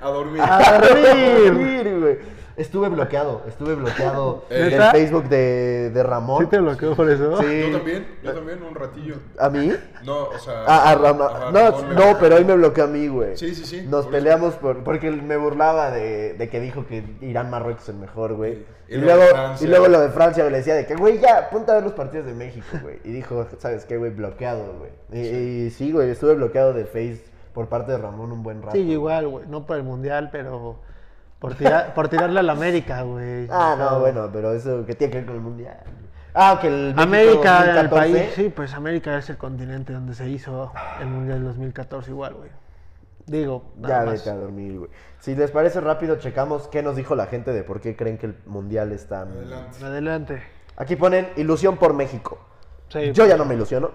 C: A dormir.
B: Ah,
D: A dormir.
B: Dormir, güey. Estuve bloqueado, estuve bloqueado
C: Eh.
B: en el
D: ¿Neta?
B: Facebook de, de Ramón.
D: ¿Sí te bloqueó por eso?
B: Sí.
C: Yo también, yo también un ratillo.
B: ¿A mí?
C: No, o sea,
B: Ah, A, a
C: ajá,
B: Rama- No,
C: Ramón me
B: no,
C: bloqueó.
B: pero hoy me bloqueó a mí, güey.
C: Sí, sí, sí,
B: Nos
C: por
B: peleamos por, porque él me burlaba de, de que dijo que Irán Marruecos es el mejor, güey.
C: Sí.
B: Y,
C: Y lo de
B: luego, y
C: Francia.
B: luego lo de Francia le decía de que, güey, ya, apunta a ver los partidos de México, güey. Y dijo, ¿sabes qué, güey? Bloqueado, güey. Y y sí, güey, estuve bloqueado de Face por parte de Ramón un buen rato.
D: Sí, igual, güey. No por el mundial, pero por, tirar, por tirarle a la América, güey.
B: Ah,
D: O sea,
B: no, bueno, pero eso que tiene que ver con el mundial. Ah, que el México
D: América era el
B: 2014.
D: país. Sí, pues América es el continente donde se hizo el mundial 2014, igual, güey. Digo,
B: Ya
D: nada más.
B: vete a dormir, güey. Si les parece rápido, checamos qué nos dijo la gente de por qué creen que el mundial está.
C: Adelante.
D: Adelante.
B: Aquí ponen ilusión por México.
D: Sí.
B: Yo ya no me ilusiono.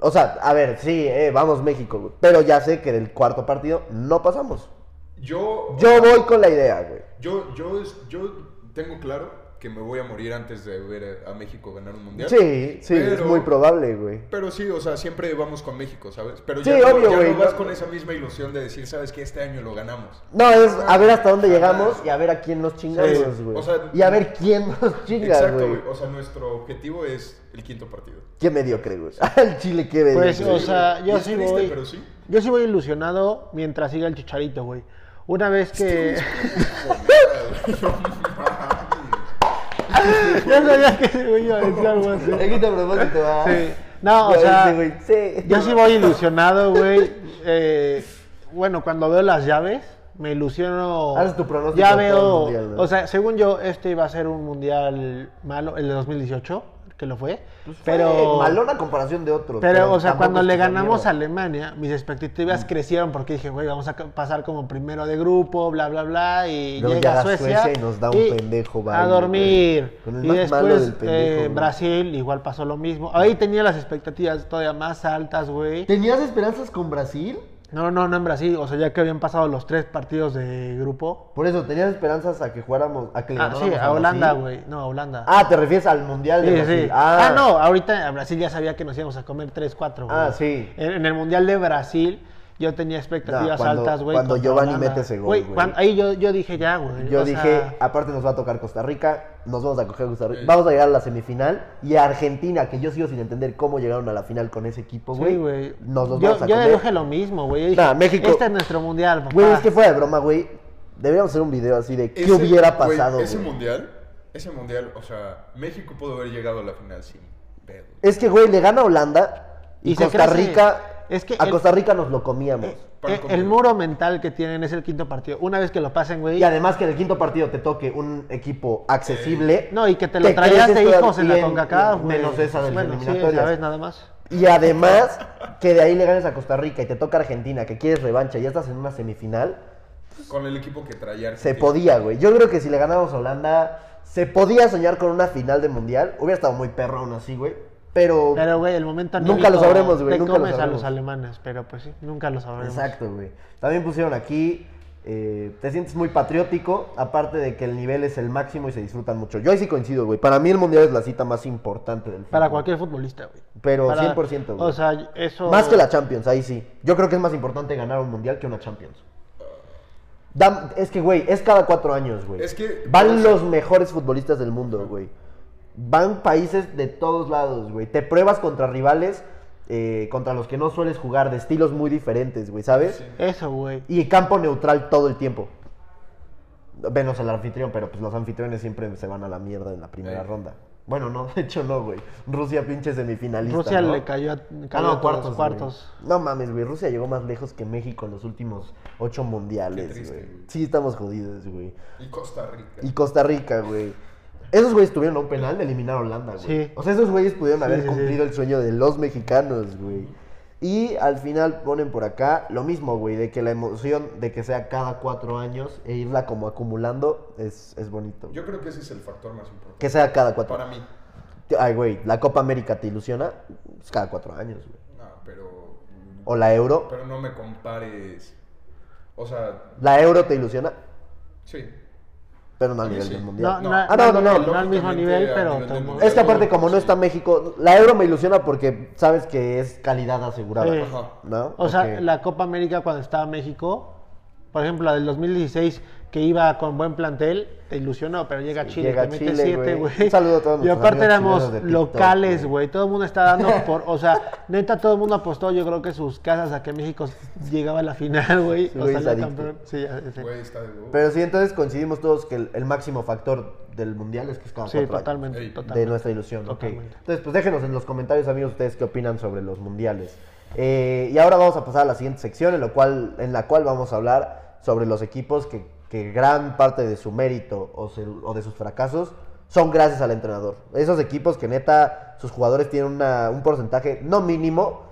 B: O sea, a ver, sí, eh, vamos México, güey. Pero ya sé que del cuarto partido no pasamos.
C: Yo
B: Yo voy con la idea, güey.
C: Yo, yo, es- yo tengo claro que me voy a morir antes de ver a México ganar un mundial.
B: Sí, sí, es
C: Pero-
B: muy probable, güey.
C: Pero sí, o sea, siempre vamos con México, ¿sabes? Pero
B: Sí,
C: ya, no-
B: obvio,
C: ya
B: güey,
C: no vas
B: no-
C: con esa misma ilusión de decir, ¿sabes qué? Este año lo ganamos.
B: No, es a ver hasta dónde llegamos y a ver a quién nos chingamos,
C: Sí,
B: güey.
C: o sea-
B: y a ver quién nos chinga,
C: Exacto,
B: güey.
C: güey. O sea, nuestro objetivo es el quinto partido.
B: Qué mediocre, güey. Al Chile, qué mediocre.
D: Pues, o
B: güey.
D: sea,
C: güey.
D: yo
C: Y es
D: sí
C: triste,
D: voy.
C: pero sí.
D: Yo sí voy ilusionado mientras siga el chicharito, güey. Una vez que.
C: No mames.
D: Yo sabía que ese güey iba a decir algo así.
B: Aquí te propósito, va.
D: Sí. No, o
B: Güey,
D: sea,
B: sí, güey, sí.
D: yo sí voy ilusionado, güey. Eh, bueno, cuando veo las llaves, me ilusiono.
B: Haces tu pronóstico
D: Ya
B: para el
D: veo.
B: mundial, ¿no?
D: o sea, según yo, este iba a ser un mundial malo, el de 2018, que lo fue. pero.
B: Pues Fue Malona comparación de otros.
D: Pero, o sea,
B: tampoco
D: cuando
B: es
D: le
B: que sea
D: ganamos
B: mierda. Mm.
D: a Alemania, mis expectativas crecieron porque dije, güey, vamos a ca- pasar como primero de grupo, bla, bla, bla, y
B: Luego
D: llega
B: llega
D: Suecia,
B: Suecia y nos da un pendejo baile,
D: a dormir.
B: güey. Con el
D: y
B: más
D: después
B: malo del pendejo,
D: eh,
B: güey.
D: Brasil igual pasó lo mismo. Ahí tenía las expectativas todavía más altas, güey.
B: ¿Tenías esperanzas con Brasil?
D: No, no, no en Brasil, o sea, ya que habían pasado los tres partidos de grupo.
B: Por eso, ¿tenías esperanzas a que jugáramos, a que le
D: Ah, sí,
B: ganáramos
D: a Holanda,
B: Brasil?
D: güey. No, a Holanda.
B: Ah, te refieres al Mundial de
D: Sí,
B: Brasil.
D: sí. Ah. no, ahorita a Brasil ya sabía que nos íbamos a comer 3-4. güey.
B: Ah, sí.
D: En, en el Mundial de Brasil yo tenía expectativas
B: Nah, cuando-
D: altas, güey.
B: cuando
D: contra
B: Giovanni
D: Holanda.
B: mete ese gol, güey.
D: cuan- Ahí yo, yo dije ya, güey.
B: Yo
D: o
B: dije, "Ah,
D: sea,
B: aparte nos va a tocar Costa Rica, nos vamos a coger Costa Rica,
C: Sí.
B: vamos a llegar a la semifinal y a Argentina, que yo sigo sin entender cómo llegaron a la final con ese equipo, pues, güey.
D: sí, güey.
B: Nos los
D: yo,
B: vamos a
D: yo
B: comer.
D: deduje lo mismo, güey. Yo dije,
B: Nah, México-
D: Este es nuestro Mundial, papá.
B: Güey, es que fuera de broma, güey. Deberíamos hacer un video así de qué
C: Ese-
B: hubiera
C: güey,
B: pasado, güey.
C: Ese mundial, ese mundial, o sea, México pudo haber llegado a la final sin pedo.
B: Es que, güey, le gana a Holanda y,
D: Y se
B: Costa
D: crece.
B: Rica.
D: Es que
B: a
D: el-
B: Costa Rica nos lo comíamos.
C: Para
D: Eh,
C: comer.
D: el muro mental que tienen es el quinto partido. Una vez que lo pasen, güey.
B: Y además que en el quinto partido te toque un
C: Eh.
B: equipo accesible.
D: No, y que te lo
B: creces
D: traías de
B: todavía
D: hijos en la
B: bien,
D: CONCACAF, güey.
B: Menos esa de las
D: Bueno, sí,
B: eliminatorias.
D: ¿sabes? Nada más.
B: Y además que de ahí le ganes a Costa Rica y te toca Argentina, que quieres revancha y ya estás en una semifinal.
C: Con el equipo que traía
B: Se
C: Argentina.
B: podía, güey. Yo creo que si le ganábamos a Holanda, se podía soñar con una final de mundial. Hubiera estado muy perro aún así, güey. Pero.
D: Pero, güey, el momento
B: Nunca
D: anímico
B: lo sabremos, güey,
D: Te
B: nunca lo
D: comes a
B: sabremos.
D: los alemanes, pero pues sí, nunca lo sabremos.
B: Exacto, güey. También pusieron aquí. eh, te sientes muy patriótico, aparte de que el nivel es el máximo y se disfrutan mucho. Yo ahí sí coincido, güey. Para mí el mundial es la cita más importante del fútbol.
D: Para cualquier futbolista, güey.
B: Pero
D: Para-
B: 100%, güey.
D: O sea, eso.
B: Más que la Champions, ahí sí. Yo creo que es más importante ganar un mundial que una Champions. Dam- es que, güey, es cada cuatro años, güey.
C: Es que-
B: Van
C: o sea-
B: los mejores futbolistas del mundo, güey. Van países de todos lados, güey. Te pruebas contra rivales eh, contra los que no sueles jugar, de estilos muy diferentes, güey, ¿sabes?
D: Eso, güey.
B: Y campo neutral todo el tiempo. Menos el anfitrión, pero pues los anfitriones siempre se van a la mierda en la primera
C: Ey.
B: ronda. Bueno, no, de hecho no, güey. Rusia pinche semifinalista.
D: Rusia
B: ¿no?
D: le cayó a,
B: Ah,
D: cayó
B: no,
D: a todos
B: cuartos. güey.
D: los cuartos.
B: No mames, güey. Rusia llegó más lejos que México en los últimos ocho mundiales,
C: Qué triste,
B: güey.
C: güey.
B: Sí, estamos jodidos, güey.
C: Y Costa Rica.
B: Y Costa Rica, güey. Esos güeyes tuvieron un penal de eliminar a Holanda, güey.
D: Sí.
B: O sea, esos güeyes pudieron
D: Sí,
B: haber
D: sí,
B: cumplido
D: sí.
B: el sueño de los mexicanos, güey. Y al final ponen por acá lo mismo, güey, de que la emoción de que sea cada cuatro años e irla como acumulando es, es bonito.
C: Yo creo que ese es el factor más importante.
B: Que sea cada cuatro.
C: Para mí.
B: Ay, güey, la Copa América te ilusiona es cada cuatro años, güey.
C: No, pero.
B: O la Euro.
C: Pero no me compares. O sea,
B: La Euro te ilusiona,
C: sí.
B: pero no
C: A
B: al
C: mí
B: nivel
C: sí.
B: del mundial.
D: No, no,
B: Ah, no, no, no.
D: no al mismo
C: Lógicamente,
D: nivel,
C: a
D: pero.
C: nivel del
D: todo-
C: mundial.
B: Es que aparte,
C: Euro,
B: como no
C: sí.
B: está México, la euro me ilusiona porque sabes que es calidad asegurada.
D: Sí.
C: Ajá.
B: ¿No?
D: O sea,
B: Ok.
D: la Copa América cuando estaba México, por ejemplo, la del 2016, que iba con buen plantel, te ilusionó, pero llega
B: Sí,
D: Chile,
B: llega
D: te mete
B: Chile, güey.
D: siete, güey.
B: Un saludo a todos
D: Y
B: nuestros amigos
D: aparte éramos
B: chilenos de TikTok,
D: locales,
B: güey.
D: güey. Todo el mundo está dando por. O sea, neta, todo el mundo apostó, yo creo que sus casas a que México llegaba a la final, güey.
B: Sí,
D: o
B: güey,
D: salía
B: es adicto.
D: campeón. Sí, ya sé.
C: Güey, está de huevo.
B: Pero sí, entonces coincidimos todos que el, el máximo factor del mundial es que es cada
D: Sí,
B: cuatro años.
D: totalmente,
C: Ey.
D: totalmente.
B: De nuestra ilusión. ok.
D: Totalmente.
B: Entonces, pues déjenos en los comentarios, amigos, ustedes qué opinan sobre los mundiales. Eh, y ahora vamos a pasar a la siguiente sección, en, lo cual, en la cual vamos a hablar sobre los equipos que, que gran parte de su mérito o, se- o de sus fracasos son gracias al entrenador. Esos equipos que neta, sus jugadores tienen una- un porcentaje no mínimo,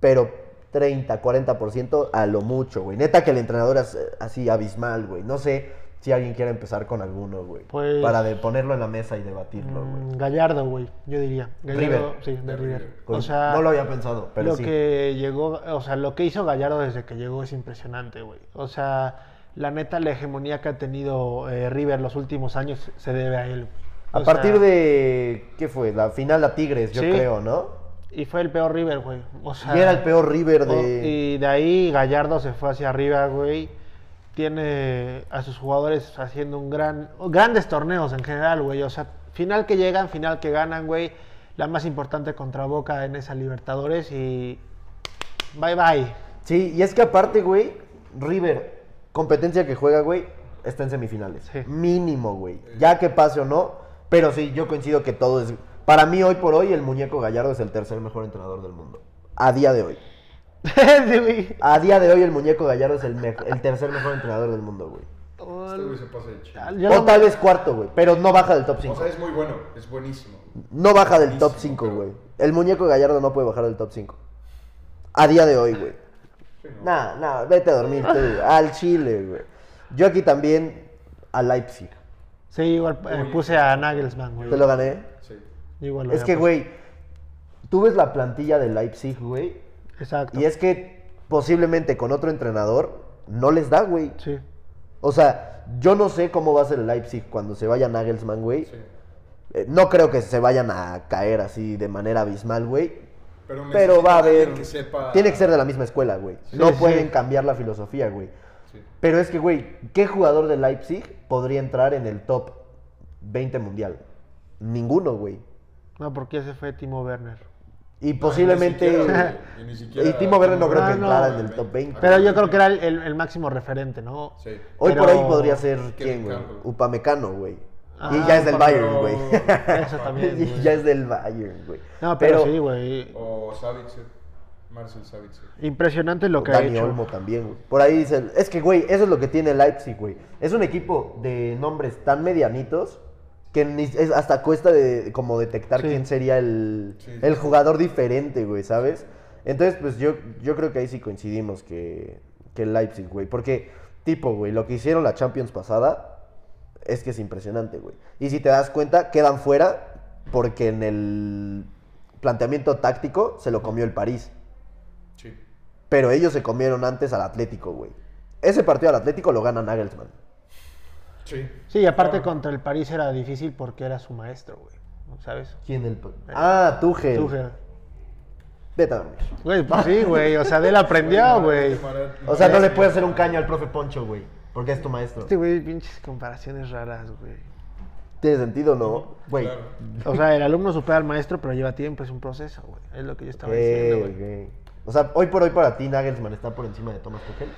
B: pero 30, 40% a lo mucho, güey. Neta que el entrenador es eh, así abismal, güey. No sé si alguien quiere empezar con alguno, güey.
D: Pues-
B: Para de ponerlo en la mesa y debatirlo, güey.
D: Mm, Gallardo, güey, yo diría. Gallardo,
B: River.
D: sí, de
C: De
D: River.
C: River.
D: O sea,
B: no lo había pensado, pero
D: lo
B: sí.
D: que llegó, o sea, lo que hizo Gallardo desde que llegó es impresionante, güey. O sea, la neta la hegemonía que ha tenido eh, River los últimos años se debe a él.
B: A
D: güey. O
B: partir
D: sea,
B: de, ¿qué fue? La final a Tigres, yo
D: Sí.
B: creo, ¿no?
D: y fue el peor River, güey. O sea,
B: y era el peor River
D: o-
B: de...
D: y de ahí Gallardo se fue hacia arriba, güey. Tiene a sus jugadores haciendo un gran, grandes torneos en general, güey. O sea, final que llegan, final que ganan, güey. La más importante contra Boca en esa Libertadores y bye bye.
B: Sí, y es que aparte, güey, River, competencia que juega, güey, está en semifinales.
D: Sí.
B: Mínimo, güey. Ya que pase o no, Pero sí, yo coincido que todo es. Para mí, hoy por hoy, el muñeco Gallardo es el tercer mejor entrenador del mundo. A día de hoy.
D: Sí, güey.
B: A día de hoy, el muñeco Gallardo es el, me- el tercer mejor entrenador del mundo, güey.
C: Este güey se pasa de chido.
D: Yo
B: O
D: no-
B: tal vez cuarto, güey. Pero no baja del top
C: O
B: 5.
C: sea, es muy bueno, es buenísimo. güey.
B: No baja del top
C: Buenísimo,
B: 5,
C: pero-
B: güey. El muñeco Gallardo no puede bajar del top 5. A día de hoy, güey.
C: Sí, ¿no?
B: Nah, nah, vete a dormir tú. Al Chile, güey. Yo aquí también a Leipzig.
D: Sí, igual eh,
C: Uy.
D: puse a Nagelsmann, güey.
B: Te lo gané.
C: Sí.
D: Yo Igual lo
B: Es
D: había
B: que,
D: puesto.
B: güey, tú ves la plantilla de Leipzig, güey.
D: Exacto.
B: Y es que posiblemente con otro entrenador no les da, güey.
D: Sí.
B: O sea, yo no sé cómo va a ser el Leipzig cuando se vaya Nagelsmann, güey.
C: Sí.
B: Eh, no creo que se vayan a caer así de manera abismal, güey. Pero
C: Pero, necesitan
B: va a
C: alguien
B: haber.
C: Que sepa...
B: Tiene que ser de la misma escuela, güey.
D: Sí,
B: no
D: sí.
B: pueden cambiar la filosofía, güey.
C: Sí.
B: Pero es que, güey, ¿qué jugador de Leipzig podría entrar en el top 20 mundial? Ninguno, güey.
D: No, porque ese fue Timo Werner.
B: Y posiblemente.
C: Ah, Ni siquiera, güey, ni siquiera-
B: Y Timo Werner no creo que
D: Ah, No, no.
B: entrara en el top 20.
D: Pero yo creo que era el, el- el máximo referente, ¿no?
C: Sí.
B: Hoy por
D: Pero-
B: hoy podría ser quién,
C: Kevin
B: güey.
C: Campbell.
B: Upamecano, güey.
D: Ah,
B: y ya es del Bayern,
C: Pero-
B: güey.
D: Eso también,
B: Y
D: güey.
B: ya es del Bayern, güey.
D: No, pero, sí, güey.
C: O Savitzer. Marcel Savitzer.
D: Impresionante lo que ha
B: Dani
D: hecho.
B: Olmo también, güey. Por ahí dicen, es que, güey, eso es lo que tiene Leipzig, güey. Es un equipo de nombres tan medianitos que ni- es- hasta cuesta de, como detectar
D: Sí.
B: quién sería el,
C: Sí.
B: el jugador diferente, güey, ¿sabes? Entonces, pues yo, yo creo que ahí sí coincidimos que, que Leipzig, güey. Porque, tipo, güey, lo que hicieron la Champions pasada es que es impresionante, güey. Y si te das cuenta, quedan fuera porque en el planteamiento táctico se lo comió el París.
C: Sí.
B: Pero ellos se comieron antes al Atlético, güey. Ese partido al Atlético lo gana Nagelsmann.
C: Sí.
D: Sí, y aparte
C: Claro.
D: contra el París era difícil porque era su maestro, güey. ¿Sabes?
B: ¿Quién el.? Ah, Tuchel.
D: Tuchel.
B: Vete a dormir.
D: Güey, pues sí, güey. O sea, de él aprendió, güey.
B: O sea, no le puedes hacer un caño al profe Poncho, güey. Porque es tu maestro.
D: Este güey, pinches comparaciones raras, güey.
B: Tiene sentido, ¿no? Güey.
C: Claro.
D: O sea, el alumno supera al maestro, pero lleva tiempo, es un proceso, güey. Es lo que yo estaba diciendo,
B: Ok,
D: güey.
B: ok. Eh, O sea, hoy por hoy para ti Nagelsmann está por encima de Thomas Tuchel.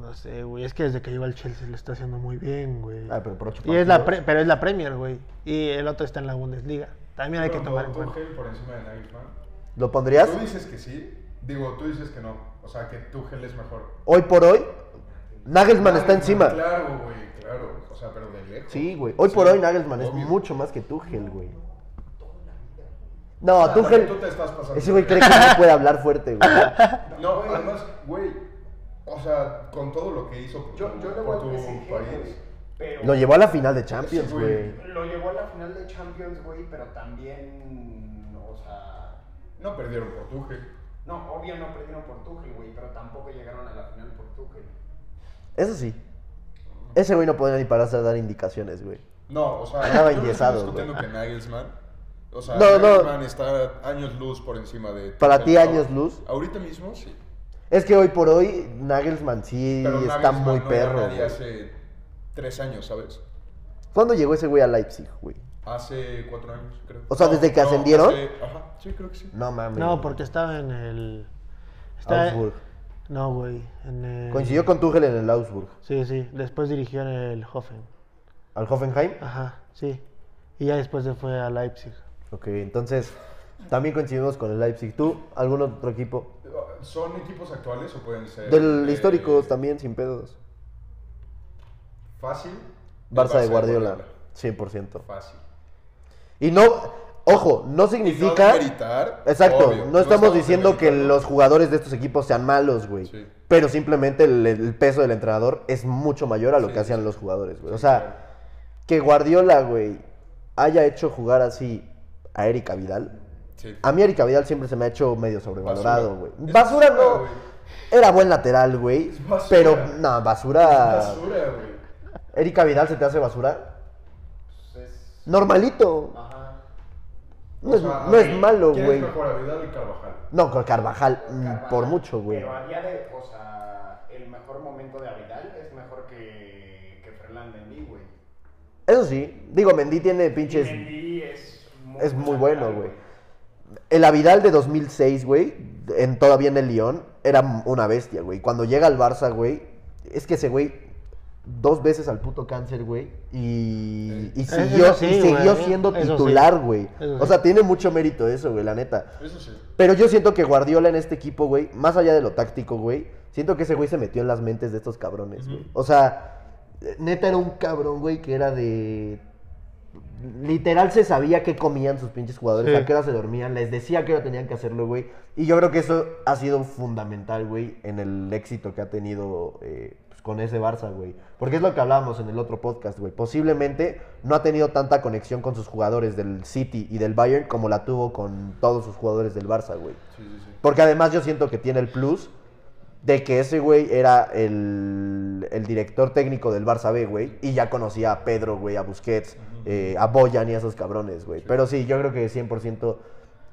D: No sé, güey. Es que desde que llegó al Chelsea lo está haciendo muy bien, güey.
B: Ah, pero por ocho
D: y es la
B: partidos.
D: pre- pero es la Premier, güey. Y el otro está en la Bundesliga. También hay que tomar en cuenta.
C: Tuchel por encima de Nagelsmann.
B: ¿Lo pondrías?
C: Tú dices que sí. Digo, tú dices que no. O sea, que Tuchel es mejor.
B: Hoy por hoy, Nagelsmann está
C: Nagelsmann,
B: encima.
C: Claro, güey, claro. O sea, pero de lejos.
B: Sí, güey. Hoy por hoy Nagelsmann es
C: obvio.
B: mucho más que Tuchel, güey. No, Tuchel.
C: Tú te estás pasando.
B: Ese güey
C: de
B: cree que no puede hablar fuerte, güey.
C: No, güey, además, güey, o sea, con todo lo que hizo por,
E: Yo, yo le
C: por
E: voy
C: tu
E: al PSG,
C: país.
E: güey, pero
B: Lo llevó a la final de Champions,
C: Sí, güey.
B: güey.
E: lo llevó a la final de Champions, güey, pero también, o sea,
C: No perdieron por Tuchel.
E: no, obvio no perdieron por Tuchel, güey, pero tampoco llegaron a la final por Tuchel.
B: Eso sí. Ese güey no podía ni pararse a dar indicaciones, güey.
C: No, o sea,
B: Estaba
C: yo no
B: enyesado,
C: Estoy discutiendo
B: güey.
C: que Nagelsmann. O sea,
B: No, no.
C: Nagelsmann está años luz por encima de.
B: Para
C: Tuchel,
B: ti,
C: ¿no?
B: años luz.
C: Ahorita mismo, sí.
B: Es que hoy por hoy, Nagelsmann sí
C: Pero
B: está
C: Nagelsmann
B: muy
C: no era
B: perro.
C: nadie
B: güey.
C: hace tres años, ¿sabes?
B: ¿Cuándo llegó ese güey a Leipzig, güey?
C: Hace cuatro años, creo.
B: O sea, ¿desde que ascendieron?
C: hace- Ajá, sí, creo que sí.
B: No mames.
D: No,
B: güey.
D: porque estaba en el. estaba-
B: Augsburg.
D: No, güey. en el-
B: Coincidió con Tuchel en el Augsburg.
D: Sí, sí. Después dirigió en el Hoffen.
B: ¿Al Hoffenheim?
D: Ajá, sí. Y ya después se fue a Leipzig.
B: Ok, entonces también coincidimos con el Leipzig. ¿Tú, algún otro equipo?
C: ¿Son equipos actuales o pueden ser?
B: Del
C: eh,
B: histórico también, sin pedos.
C: eh, Fácil. el
B: Barça de Guardiola, 100%.
C: Fácil.
B: Y no, ojo, no
C: Y no
B: significa...
C: demeritar,
B: Exacto,
C: obvio,
B: no estamos diciendo que
C: demeritando.
B: los jugadores de estos equipos sean malos, güey.
C: Sí.
B: Pero simplemente el, el peso del entrenador es mucho mayor a lo
C: Sí,
B: que hacían
C: sí.
B: los jugadores, güey. O
C: Sí, claro.
B: sea, que Guardiola, güey, haya hecho jugar así a Erika Vidal.
C: Sí.
B: A mí Erika Vidal siempre se me ha hecho medio sobrevalorado, güey.
C: Basura. Es
B: Basura,
C: basura,
B: no.
C: güey.
B: Era buen lateral, güey.
C: Es basura.
B: Pero, no, basura.
C: Basura, güey.
B: Erika Vidal se te hace basura.
E: Pues es,
B: Normalito.
E: ajá,
B: No,
C: O
B: es,
C: sea,
B: no es
C: ¿quién-
B: malo,
C: quién
B: güey.
C: es mejor, a Vidal o Carvajal?
B: No, con Carvajal, mm,
E: Carvajal,
B: por mucho, güey.
E: Pero a día de, o sea, el mejor momento de Avidal es mejor que, que Ferland Mendy, güey.
B: Eso sí, digo, Mendy tiene
E: Y
B: pinches.
E: Mendy es muy,
B: es muy
E: lateral,
B: bueno, güey. El Avidal de 2006, güey, en, todavía en el Lyon, era m- una bestia, güey. Cuando llega al Barça, güey, es que ese güey dos veces al puto cáncer, güey. Y, y
D: Eh, Eso
B: siguió,
D: sí,
B: y siguió
D: güey.
B: siendo
D: Eso sí.
B: titular, güey.
D: Eso sí.
B: O sea, tiene mucho mérito eso, güey, la neta.
C: Eso sí.
B: Pero yo siento que Guardiola en este equipo, güey, más allá de lo táctico, güey, siento que ese güey se metió en las mentes de estos cabrones, güey. O sea, neta era un cabrón, güey, que era de... Literal se sabía qué comían sus pinches jugadores,
D: Sí.
B: a qué hora se dormían, les decía que hora tenían que hacerlo, güey. Y yo creo que eso ha sido fundamental, güey, en el éxito que ha tenido eh, pues, con ese Barça, güey. Porque es lo que hablábamos en el otro podcast, güey. Posiblemente no ha tenido tanta conexión con sus jugadores del City y del Bayern como la tuvo con todos sus jugadores del Barça, güey.
C: Sí, sí, sí.
B: Porque además yo siento que tiene el plus de que ese güey era el, el director técnico del Barça B, güey. Y ya conocía a Pedro, güey, a Busquets, eh, a Boyan y a esos cabrones, güey. Pero sí, yo creo que 100%...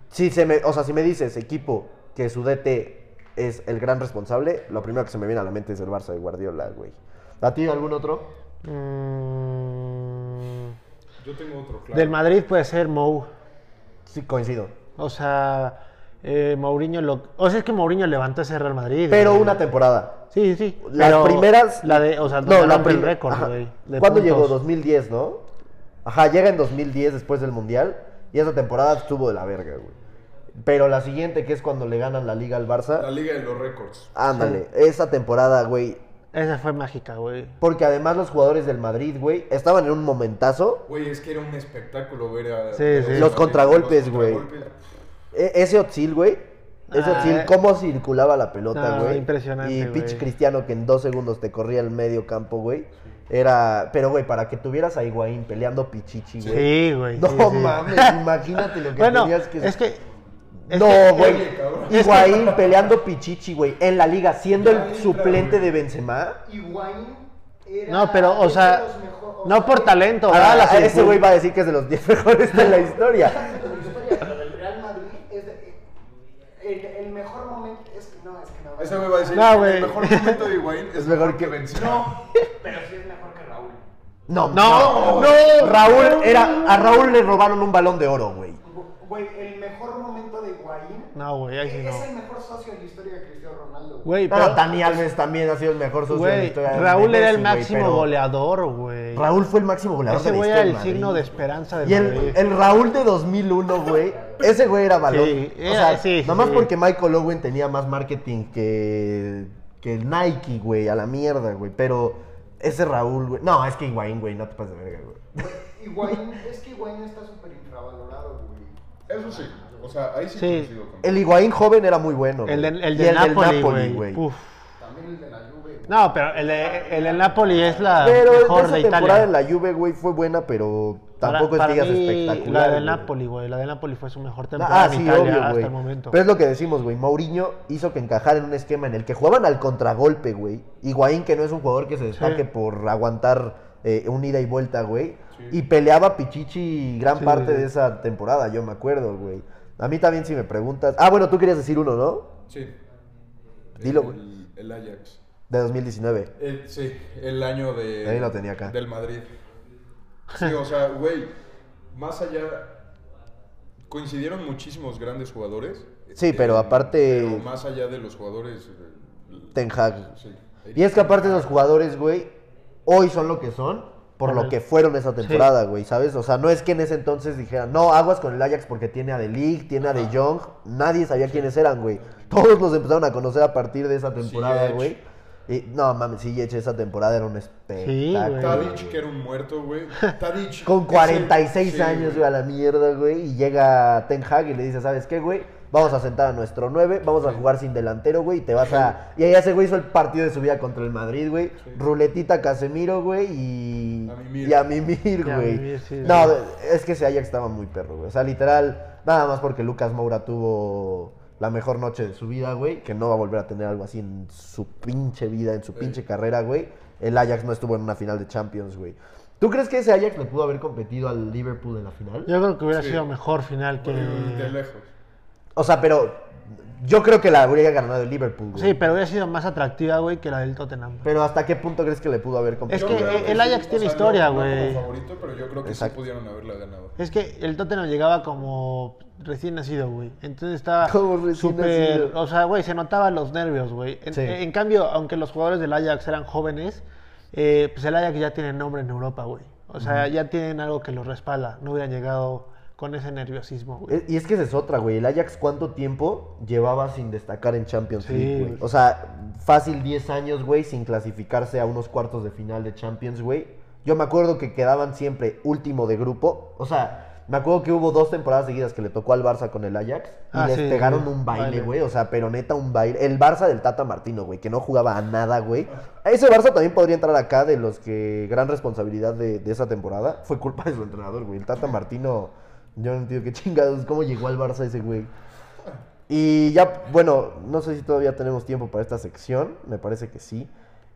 B: Sí, se me, o sea, si me dices equipo que su DT es el gran responsable, lo primero que se me viene a la mente es el Barça de Guardiola, güey. ¿A ti algún otro?
D: Mm,
C: Yo tengo otro, claro.
D: Del Madrid puede ser Mou.
B: Sí, coincido.
D: O sea, eh, Mourinho lo. O sea, es que Mourinho levantó ese Real Madrid.
B: Pero
D: güey.
B: una temporada.
D: Sí, sí.
B: Las
D: pero
B: primeras...
D: La de. O sea,
B: no, la
D: rompe el
B: prim-
D: récord,
B: ajá.
D: güey. de
B: ¿Cuándo
D: puntos.
B: llegó? 2010, ¿no? Ajá, llega en 2010 después del Mundial. Y esa temporada estuvo de la verga, güey. Pero la siguiente, que es cuando le ganan la liga al
C: La
B: Barça.
C: Liga de los Récords.
B: Ándale, esa temporada, güey.
D: Esa fue mágica, güey.
B: Porque además los jugadores del Madrid, güey, estaban en un momentazo.
C: Güey, es que era un espectáculo ver a.
D: Sí,
C: a
D: sí.
C: Madrid,
B: Los contragolpes,
C: los
B: güey.
C: contragolpes.
B: E- ese Otzil, güey. Ese
D: Ah,
B: Otzil,
D: eh.
B: cómo circulaba la pelota,
D: No,
B: güey.
D: impresionante,
B: Y
D: güey.
B: pitch cristiano que en dos segundos te corría el medio campo, güey. Era. Pero, güey, para que tuvieras a Higuaín peleando pichichi, güey.
D: Sí, güey.
B: No
D: sí, sí.
B: mames, imagínate lo que
D: Bueno,
B: tenías que
D: es que. es que-
B: No, güey.
C: Oye, cabrón.
B: Higuaín peleando Pichichi, güey, en la liga, siendo
C: Ya
B: el
C: entra,
B: suplente de
C: güey.
B: Benzema.
E: Higuaín era...
D: No, pero, o
E: es de
D: sea.
E: los mejor- o
D: No ah,
E: sea,
D: por talento,
B: Ahora,
D: ¿verdad? La
B: Ah, ese
D: selección.
B: güey va a decir que es de los 10 mejores de la historia.
E: Exacto, la historia, pero del Real Madrid es de- el, el mejor momento es que no, es que no.
C: Ese güey va a decir:
D: No, güey.
C: El mejor momento de Higuaín es mejor que Benzema.
E: No, pero sí es mejor que Raúl.
B: No,
D: No, no.
B: Raúl era. A Raúl le robaron un balón de oro, güey.
E: Güey, el mejor momento de Higuaín
D: No, güey, ahí sí
E: es el
D: no.
E: mejor socio de la historia de Cristiano Ronaldo.
D: Güey,
B: Pero
D: pero.
B: Dani Alves también ha sido el mejor socio de la
D: Güey,
B: historia. de
D: Raúl era el
B: Messi, güey,
D: máximo
B: pero
D: goleador, güey.
B: Raúl fue el máximo goleador
D: Ese
B: de la
D: güey era
B: historia
D: el
B: del
D: signo de
B: Madrid.
D: esperanza del
B: Y
D: Madrid.
B: el, el Raúl de 2001, güey, ese güey era balón.
D: Sí,
B: o
D: era-
B: sea,
D: sí,
B: nomás
D: sí.
B: porque Michael Owen tenía más marketing que, que el Nike, güey, a la mierda, güey. Pero ese Raúl, güey. No, es que Higuaín, güey, no te pases de verga, güey.
E: Higuaín, es que Higuaín está súper infravalorado, güey.
C: Eso sí. O sea, ahí sí,
D: Sí.
C: coincido con-
B: El Higuaín joven era muy bueno.
D: El, de,
B: güey.
D: el
B: Y
D: de Napoli, güey. Uf.
E: También el de la Juve. güey.
D: No, pero el de, el de Napoli es la
B: Pero
D: mejor
B: esa
D: de
B: temporada
D: Italia.
B: en la Juve, güey, fue buena, pero
D: Para-
B: tampoco
D: para
B: es que digas
D: mí,
B: espectacular.
D: La de
B: güey.
D: Napoli, güey. La de Napoli fue su mejor temporada
B: Ah,
D: en
B: sí,
D: Italia
B: obvio,
D: hasta
B: güey.
D: el momento.
B: Pero es lo que decimos, güey. Mourinho hizo que encajar en un esquema en el que jugaban al contragolpe, güey. Higuaín, que no es un jugador que se destaque
D: Sí.
B: por aguantar eh, un ida y vuelta, güey.
C: Sí.
B: Y peleaba Pichichi gran
D: Sí,
B: parte
D: sí.
B: de esa temporada, yo me acuerdo, güey. A mí también si me preguntas... Ah, bueno, tú querías decir uno, ¿no?
C: Sí.
B: Dilo,
C: El-
B: güey.
C: El Ajax.
B: De 2019.
C: El- sí, el año de.
B: Ahí lo tenía acá.
C: Del Madrid. Sí, o sea, güey, más allá. Coincidieron muchísimos grandes jugadores. Este,
B: Sí, pero aparte-
C: pero más allá de los jugadores. eh,
B: Ten Hag.
C: sí.
B: Y es que aparte esos jugadores, güey, hoy son lo que son por lo que fueron esa temporada, güey, ¿sabes? O sea, no es que en ese entonces dijeran, no, aguas con el Ajax porque tiene a De Ligt, tiene a De Jong, nadie sabía quiénes eran, güey. Todos los empezaron a conocer a partir de esa temporada,
C: Ziyech.
B: güey. Y no mames, sí, esa temporada era un espectáculo.
C: Tadic, que era un muerto, güey. Tadic.
B: Con
C: ese-
B: 46
C: sí,
B: años, güey, a la mierda, güey, y llega Ten Hag y le dice, ¿sabes qué, güey? Vamos a sentar a nuestro 9, vamos a jugar sin delantero, güey, y te vas a... Y ahí ese güey hizo el partido de su vida contra el Madrid, güey. Ruletita Casemiro, güey, y...
C: A mimir.
B: Y a mimir,
D: Y a
B: güey.
D: mimir, sí,
B: no,
D: güey.
B: es que ese Ajax estaba muy perro, güey. O sea, literal, nada más porque Lucas Moura tuvo la mejor noche de su vida, güey, que no va a volver a tener algo así en su pinche vida, en su pinche carrera, güey. El Ajax no estuvo en una final de Champions, güey. ¿Tú crees que ese Ajax le pudo haber competido al Liverpool en la final?
D: Yo creo que hubiera
C: Sí.
D: sido mejor final que.
C: De lejos.
B: O sea, pero yo creo que la habría ganado el Liverpool, güey.
D: Sí, pero hubiera sido más atractiva, güey, que la del Tottenham.
B: Pero ¿hasta qué punto crees que le pudo haber
D: Es
B: competido?
D: que
C: Yo creo
D: el- el Ajax
C: sí,
D: tiene
C: o sea,
D: historia,
C: no- no como
D: güey.
C: favorito, pero yo creo que
B: Exacto.
C: sí pudieron haberla ganado.
D: Es que el Tottenham llegaba como recién nacido, güey. Entonces estaba
B: Como recién
D: súper...
B: nacido.
D: O sea, güey, se notaban los nervios, güey. En,
B: Sí.
D: en cambio, aunque los jugadores del Ajax eran jóvenes, eh, pues el Ajax ya tiene nombre en Europa, güey. O sea, ya tienen algo que los respalda. No hubieran llegado con ese nerviosismo, güey.
B: Eh, Y es que esa es otra, güey. El Ajax, ¿cuánto tiempo llevaba sin destacar en Champions
D: Sí,
B: League, güey?
D: güey.
B: O sea, fácil 10 años, güey, sin clasificarse a unos cuartos de final de Champions, güey. Yo me acuerdo que quedaban siempre último de grupo. O sea, me acuerdo que hubo dos temporadas seguidas que le tocó al Barça con el Ajax. Y
D: Ah,
B: les
D: sí,
B: pegaron
D: sí.
B: un baile,
D: Baile.
B: güey. O sea, pero neta, un baile. El Barça del Tata Martino, güey, que no jugaba a nada, güey. Ese Barça también podría entrar acá de los que gran responsabilidad de, de esa temporada. Fue culpa de su entrenador, güey. El Tata Martino, yo no entiendo qué chingados, cómo llegó al Barça ese, güey. Y ya, bueno, no sé si todavía tenemos tiempo para esta sección. Me parece que sí.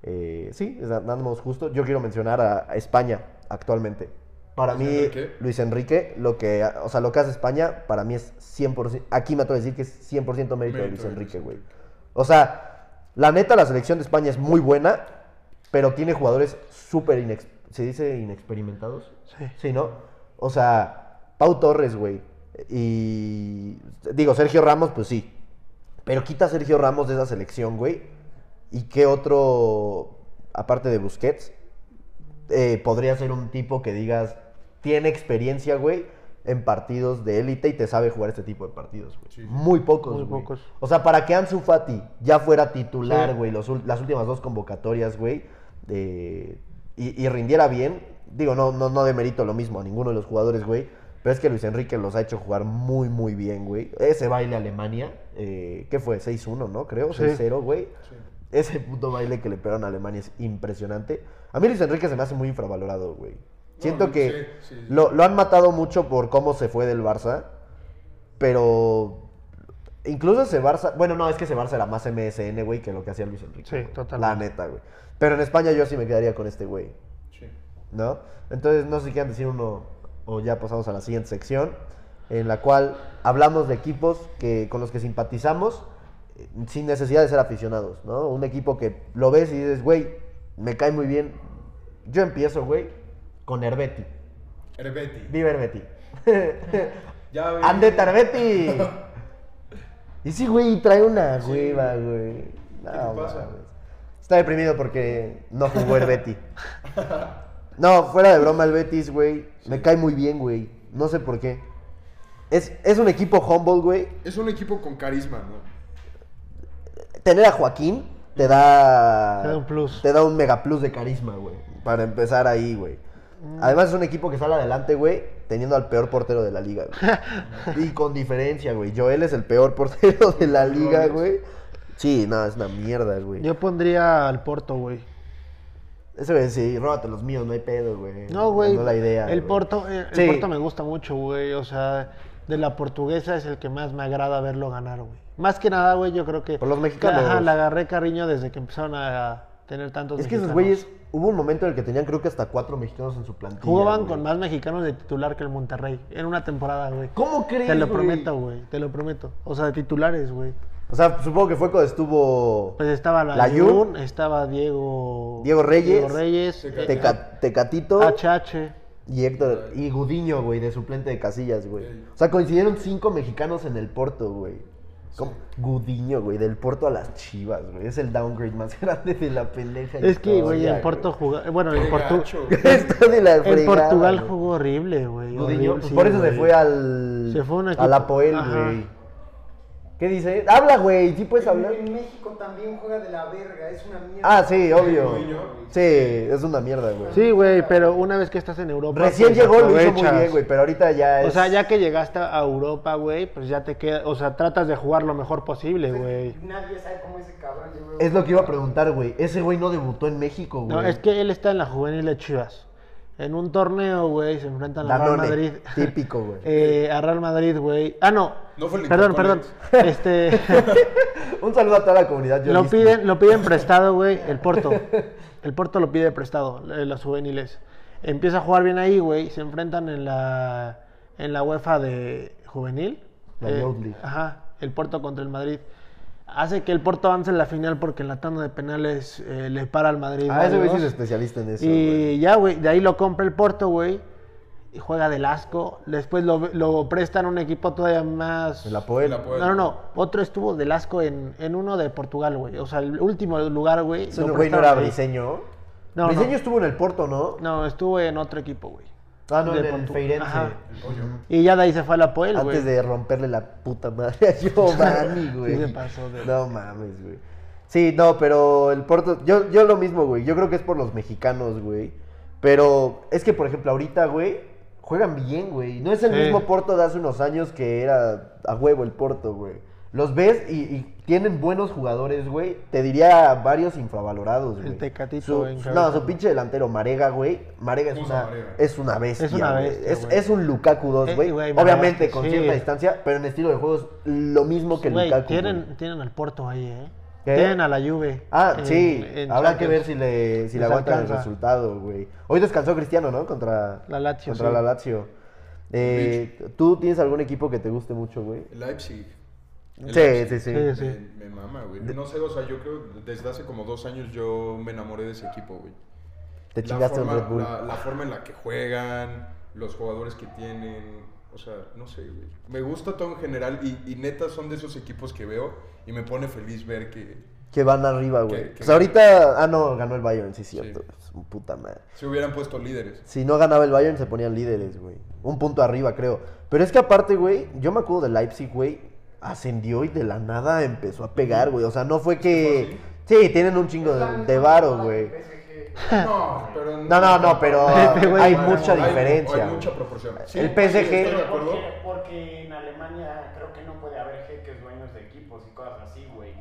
B: Eh, sí, es- andamos justo. Yo quiero mencionar a, a España actualmente. Para
C: Luis
B: mí,
C: Enrique.
B: Luis Enrique, lo que, o sea, lo que hace España, para mí es 100%, aquí me atrevo a decir que es 100% mérito de
C: Mérito
B: Luis
C: de Luis
B: Enrique, güey.
C: Enrique.
B: O sea, la neta, la selección de España es muy buena, pero tiene jugadores súper inex- ¿se dice inexperimentados?
D: Sí.
B: Sí, ¿no? O sea, Pau Torres, güey. Y digo, Sergio Ramos, pues sí. Pero quita a Sergio Ramos de esa selección, güey. ¿Y qué otro, aparte de Busquets, eh, podría ser un tipo que digas, tiene experiencia, güey, en partidos de élite y te sabe jugar este tipo de partidos, güey?
C: Sí, sí.
B: Muy pocos,
D: Muy
B: güey.
D: pocos.
B: O sea, para que Ansu Fati ya fuera titular,
D: Sí.
B: güey, los ul- las últimas dos convocatorias, güey, eh, y, y rindiera bien, digo, no, no, no demerito lo mismo a ninguno de los jugadores, güey, pero es que Luis Enrique los ha hecho jugar muy, muy bien, güey. Ese baile a Alemania, eh, ¿qué fue? 6-1, ¿no? Creo,
D: Sí.
B: 6-0, güey.
C: Sí.
B: Ese puto baile que le pegaron a Alemania es impresionante. A mí Luis Enrique se me hace muy infravalorado, güey. Siento
C: no,
B: que
C: sí, sí.
B: Lo, lo han matado mucho por cómo se fue del Barça, pero incluso ese Barça, bueno, no, es que ese Barça era más MSN, güey, que lo que hacía Luis Enrique.
D: Sí,
B: güey.
D: totalmente.
B: La neta, güey. Pero en España yo sí me quedaría con este güey,
C: Sí.
B: ¿no? Entonces, no sé si quieran decir uno o ya pasamos a la siguiente sección, en la cual hablamos de equipos que, con los que simpatizamos eh, sin necesidad de ser aficionados, ¿no? Un equipo que lo ves y dices, güey, me cae muy bien. Yo empiezo, güey, con Herbeti.
C: Herbeti.
B: Vive Herbeti.
C: Ya ven-
B: Andeta Herbeti. Y sí, güey, trae una hueva, güey. No,
C: te pasa?
B: mames. Está deprimido porque no jugó el Betty. No, fuera de broma el Betis, güey. Me cae muy bien, güey. No sé por qué. Es, es un equipo humble, güey.
C: Es un equipo con carisma, ¿no?
B: Tener a Joaquín te da...
D: Te da un plus.
B: Te da un mega plus de carisma, güey. Para empezar ahí, güey. Además es un equipo que sale adelante, güey, teniendo al peor portero de la liga, güey. y con diferencia, güey. Joel es el peor portero de la liga, güey. Sí, no, es una mierda, güey.
D: Yo pondría al Porto, güey.
B: Ese güey, sí, róbate los míos, no hay pedo, güey.
D: No, güey.
B: No la idea.
D: El
B: güey.
D: Porto, eh, el
B: Sí.
D: Porto me gusta mucho, güey. O sea, de la portuguesa es el que más me agrada verlo ganar, güey. Más que nada, güey, yo creo que.
B: Por los mexicanos.
D: Ajá, le agarré cariño desde que empezaron a tener tantos.
B: Es que esos
D: mexicanos.
B: güeyes, hubo un momento en el que tenían creo que hasta cuatro mexicanos en su plantilla.
D: Jugaban
B: güey.
D: con más mexicanos de titular que el Monterrey. En una temporada, güey.
B: ¿Cómo crees?
D: Te lo
B: güey?
D: prometo, güey. Te lo prometo. O sea, de titulares, güey.
B: O sea, supongo que fue cuando estuvo
D: Pues estaba la,
B: La Jun.
D: Jun, estaba Diego.
B: Diego Reyes.
D: Diego Reyes.
C: Tecate.
D: eh,
B: Teca- Tecatito.
D: HH.
B: Y Héctor, y Gudiño, güey, de suplente de Casillas, güey.
C: Ey.
B: O sea, coincidieron cinco mexicanos en el Porto, güey. Como- Gudiño, güey, del Porto a las Chivas, güey. Es el downgrade más grande de la pendeja.
D: Es que, güey,
B: historia,
D: en Porto jugaba. Bueno,
C: Qué
D: en Portu-
C: gacho, güey.
B: Está de la
D: En
B: fregada,
D: Portugal
B: güey.
D: jugó horrible, güey.
B: Gudiño,
D: horrible,
B: pues
D: sí,
B: por eso se
D: güey.
B: fue al
D: Se fue un
B: al
D: equipo-
B: Apoel,
D: Ajá.
B: güey. ¿Qué dice? Habla, güey, sí puedes hablar.
E: En México también juega de la verga, es una mierda.
B: Ah, sí, obvio.
C: Gudiño.
B: Sí, es una mierda, güey.
D: Sí, güey, pero una vez que estás en Europa.
B: Recién
D: pues,
B: llegó, lo hizo muy
D: aprovechas.
B: bien, güey, pero ahorita ya es
D: O sea, ya que llegaste a Europa, güey, pues ya te queda. O sea, tratas de jugar lo mejor posible, güey.
E: Nadie sabe cómo ese cabrón llegó.
B: es lo que iba a preguntar, güey. Ese güey no debutó en México, güey.
D: No, es que él está en la juvenil de Chivas. En un torneo, güey, se enfrentan a Real
B: Danone,
D: Madrid.
B: típico, güey.
D: Eh, a Real Madrid, güey. Ah, no.
C: No fue el
D: perdón, perdón.
C: Incontones.
D: Este,
B: Un saludo a toda la comunidad.
D: lo
B: yolista.
D: piden, lo piden prestado, güey. El Porto. El Porto lo pide prestado, eh, los juveniles. Empieza a jugar bien ahí, güey. Se enfrentan en la, en la UEFA de juvenil. Eh,
B: La Youth League.
D: Ajá. El Porto contra el Madrid. Hace que el Porto avance en la final porque en la tanda de penales eh, le para al Madrid.
B: Ah, ese güey sí es
D: 2.
B: especialista en eso. güey.
D: Y ya, güey, de ahí lo compra el Porto, güey. Y juega del asco. Después lo, lo prestan a un equipo todavía más.
B: El Apoel.
C: El Apoel.
D: No, no, no. Otro estuvo del asco en, en uno de Portugal, güey. O sea, el último lugar, güey.
B: Ese
D: lo
B: güey no era
D: prestaron ahí.
B: briseño.
D: No,
B: Briseño
D: no.
B: estuvo en el Porto, ¿no?
D: No, estuve en otro equipo, güey.
B: Ah, no,
D: De
B: en el
D: Portu-
B: Feirense.
D: Ajá.
C: El pollo.
D: Y ya de ahí se fue a la Poel, güey.
B: Antes de romperle la puta madre a Giovanni, güey.
D: Sí se pasó de-
B: No mames, güey. Sí, no, pero el Porto. Yo, yo lo mismo, güey. Yo creo que es por los mexicanos, güey. Pero es que, por ejemplo, ahorita, güey, juegan bien, güey. No es el
D: Sí.
B: mismo Porto de hace unos años que era a huevo el Porto, güey. Los ves y, y tienen buenos jugadores, güey. Te diría varios infravalorados, güey.
D: Tecatito
B: Su-
D: en
B: su- No,
D: cabeza.
B: su pinche delantero, Marega, güey. Marega es
C: Puso
B: una,
C: Marega.
B: es una bestia.
D: Es una
B: güey.
D: bestia,
B: Es-
D: güey.
B: es un Lukaku 2,
D: Eh,
B: güey.
D: güey, Marega,
B: Obviamente con
D: sí.
B: cierta distancia, pero en estilo de juego es lo mismo que
D: Güey,
B: Lukaku. güey.
D: tienen, tienen al Porto ahí, ¿eh?
B: ¿Qué?
D: Tienen a la Juve.
B: Ah,
D: en-
B: sí.
D: en
B: Habrá que ver
D: Champions.
B: si le, si le
D: Les
B: aguantan el
D: alcanza.
B: resultado, güey. Hoy descansó Cristiano, ¿no? Contra
D: La Lazio,
B: Contra
D: sí.
B: la Lazio. Eh, ¿Tú tienes algún equipo que te guste mucho, güey?
C: El Leipzig. El
B: Sí,
C: Leipzig.
B: sí, sí.
D: Sí.
C: Me, me mama, güey. No sé, o sea, yo creo desde hace como dos años yo me enamoré de ese equipo, güey.
B: Te
C: La
B: chingaste un
C: forma-
B: Red Bull.
C: La, la forma en la que juegan, los jugadores que tienen. O sea, no sé, güey. Me gusta todo en general y, y neta son de esos equipos que veo y me pone feliz ver que
B: Que van arriba, güey.
C: Que- que-
B: O sea, ahorita. Ah, no, ganó el Bayern, sí, cierto. Es un puta madre.
C: se hubieran puesto líderes.
B: Si no ganaba el Bayern, se ponían líderes, güey. Un punto arriba, creo. Pero es que aparte, güey, yo me acuerdo de Leipzig, güey. Ascendió y de la nada empezó a pegar, güey. O sea, no fue que. Sí, tienen un chingo de, de varo, güey.
C: No, pero
B: No, no, no, pero
C: Este
B: hay mucha
C: hay-
B: diferencia.
C: Hay mucha
B: güey.
C: proporción. Sí,
B: El
C: sí,
B: PSG.
C: estoy de acuerdo.
E: Porque, porque en Alemania creo que no puede haber jeques dueños de equipos y cosas así, güey.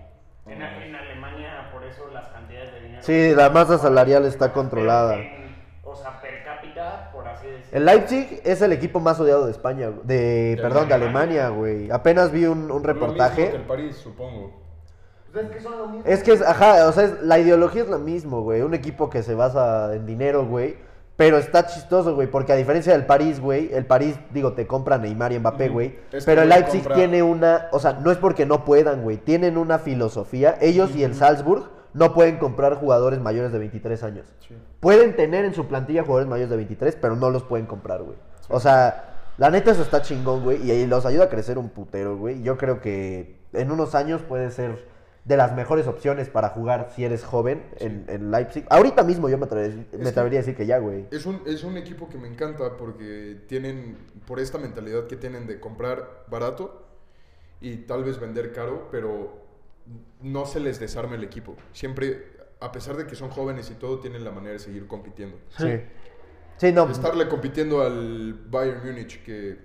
E: En, en Alemania, por eso las cantidades de dinero.
B: Sí, la masa salarial está controlada.
E: Pero en- o sea, per cápita, por así decirlo.
B: El Leipzig es el equipo más odiado de España, güey. de,
C: De
B: perdón, de
E: Alemania.
B: Alemania, güey. Apenas vi un, un
C: Lo mismo que
B: reportaje.
C: el París, supongo.
E: Pues es que son lo mismo.
B: Es que es, ajá, o sea, es- la ideología es la misma, güey. Un equipo que se basa en dinero, güey. Pero está chistoso, güey, porque a diferencia del París, güey, el París, digo, te compra Neymar y Mbappé,
C: Ujú.
B: güey.
C: Es que
B: Pero el
C: no
B: Leipzig
C: compra-
B: tiene una, o sea, no es porque no puedan, güey. Tienen una filosofía. Ellos y el Salzburg no pueden comprar jugadores mayores de 23 años.
C: Sí.
B: Pueden tener en su plantilla jugadores mayores de 23, pero no los pueden comprar, güey. O sea, la neta eso está chingón, güey. Y ahí los ayuda a crecer un putero, güey. Yo creo que en unos años puede ser de las mejores opciones para jugar si eres joven en, en Leipzig. Ahorita mismo yo me, atrever- me
C: que-
B: atrevería a decir que ya, güey.
C: Es un, es un equipo que me encanta porque tienen, por esta mentalidad que tienen de comprar barato y tal vez vender caro, pero no se les desarma el equipo. Siempre, a pesar de que son jóvenes y todo, tienen la manera de seguir compitiendo.
B: Sí. Sí, no.
C: Estarle compitiendo al Bayern Múnich, que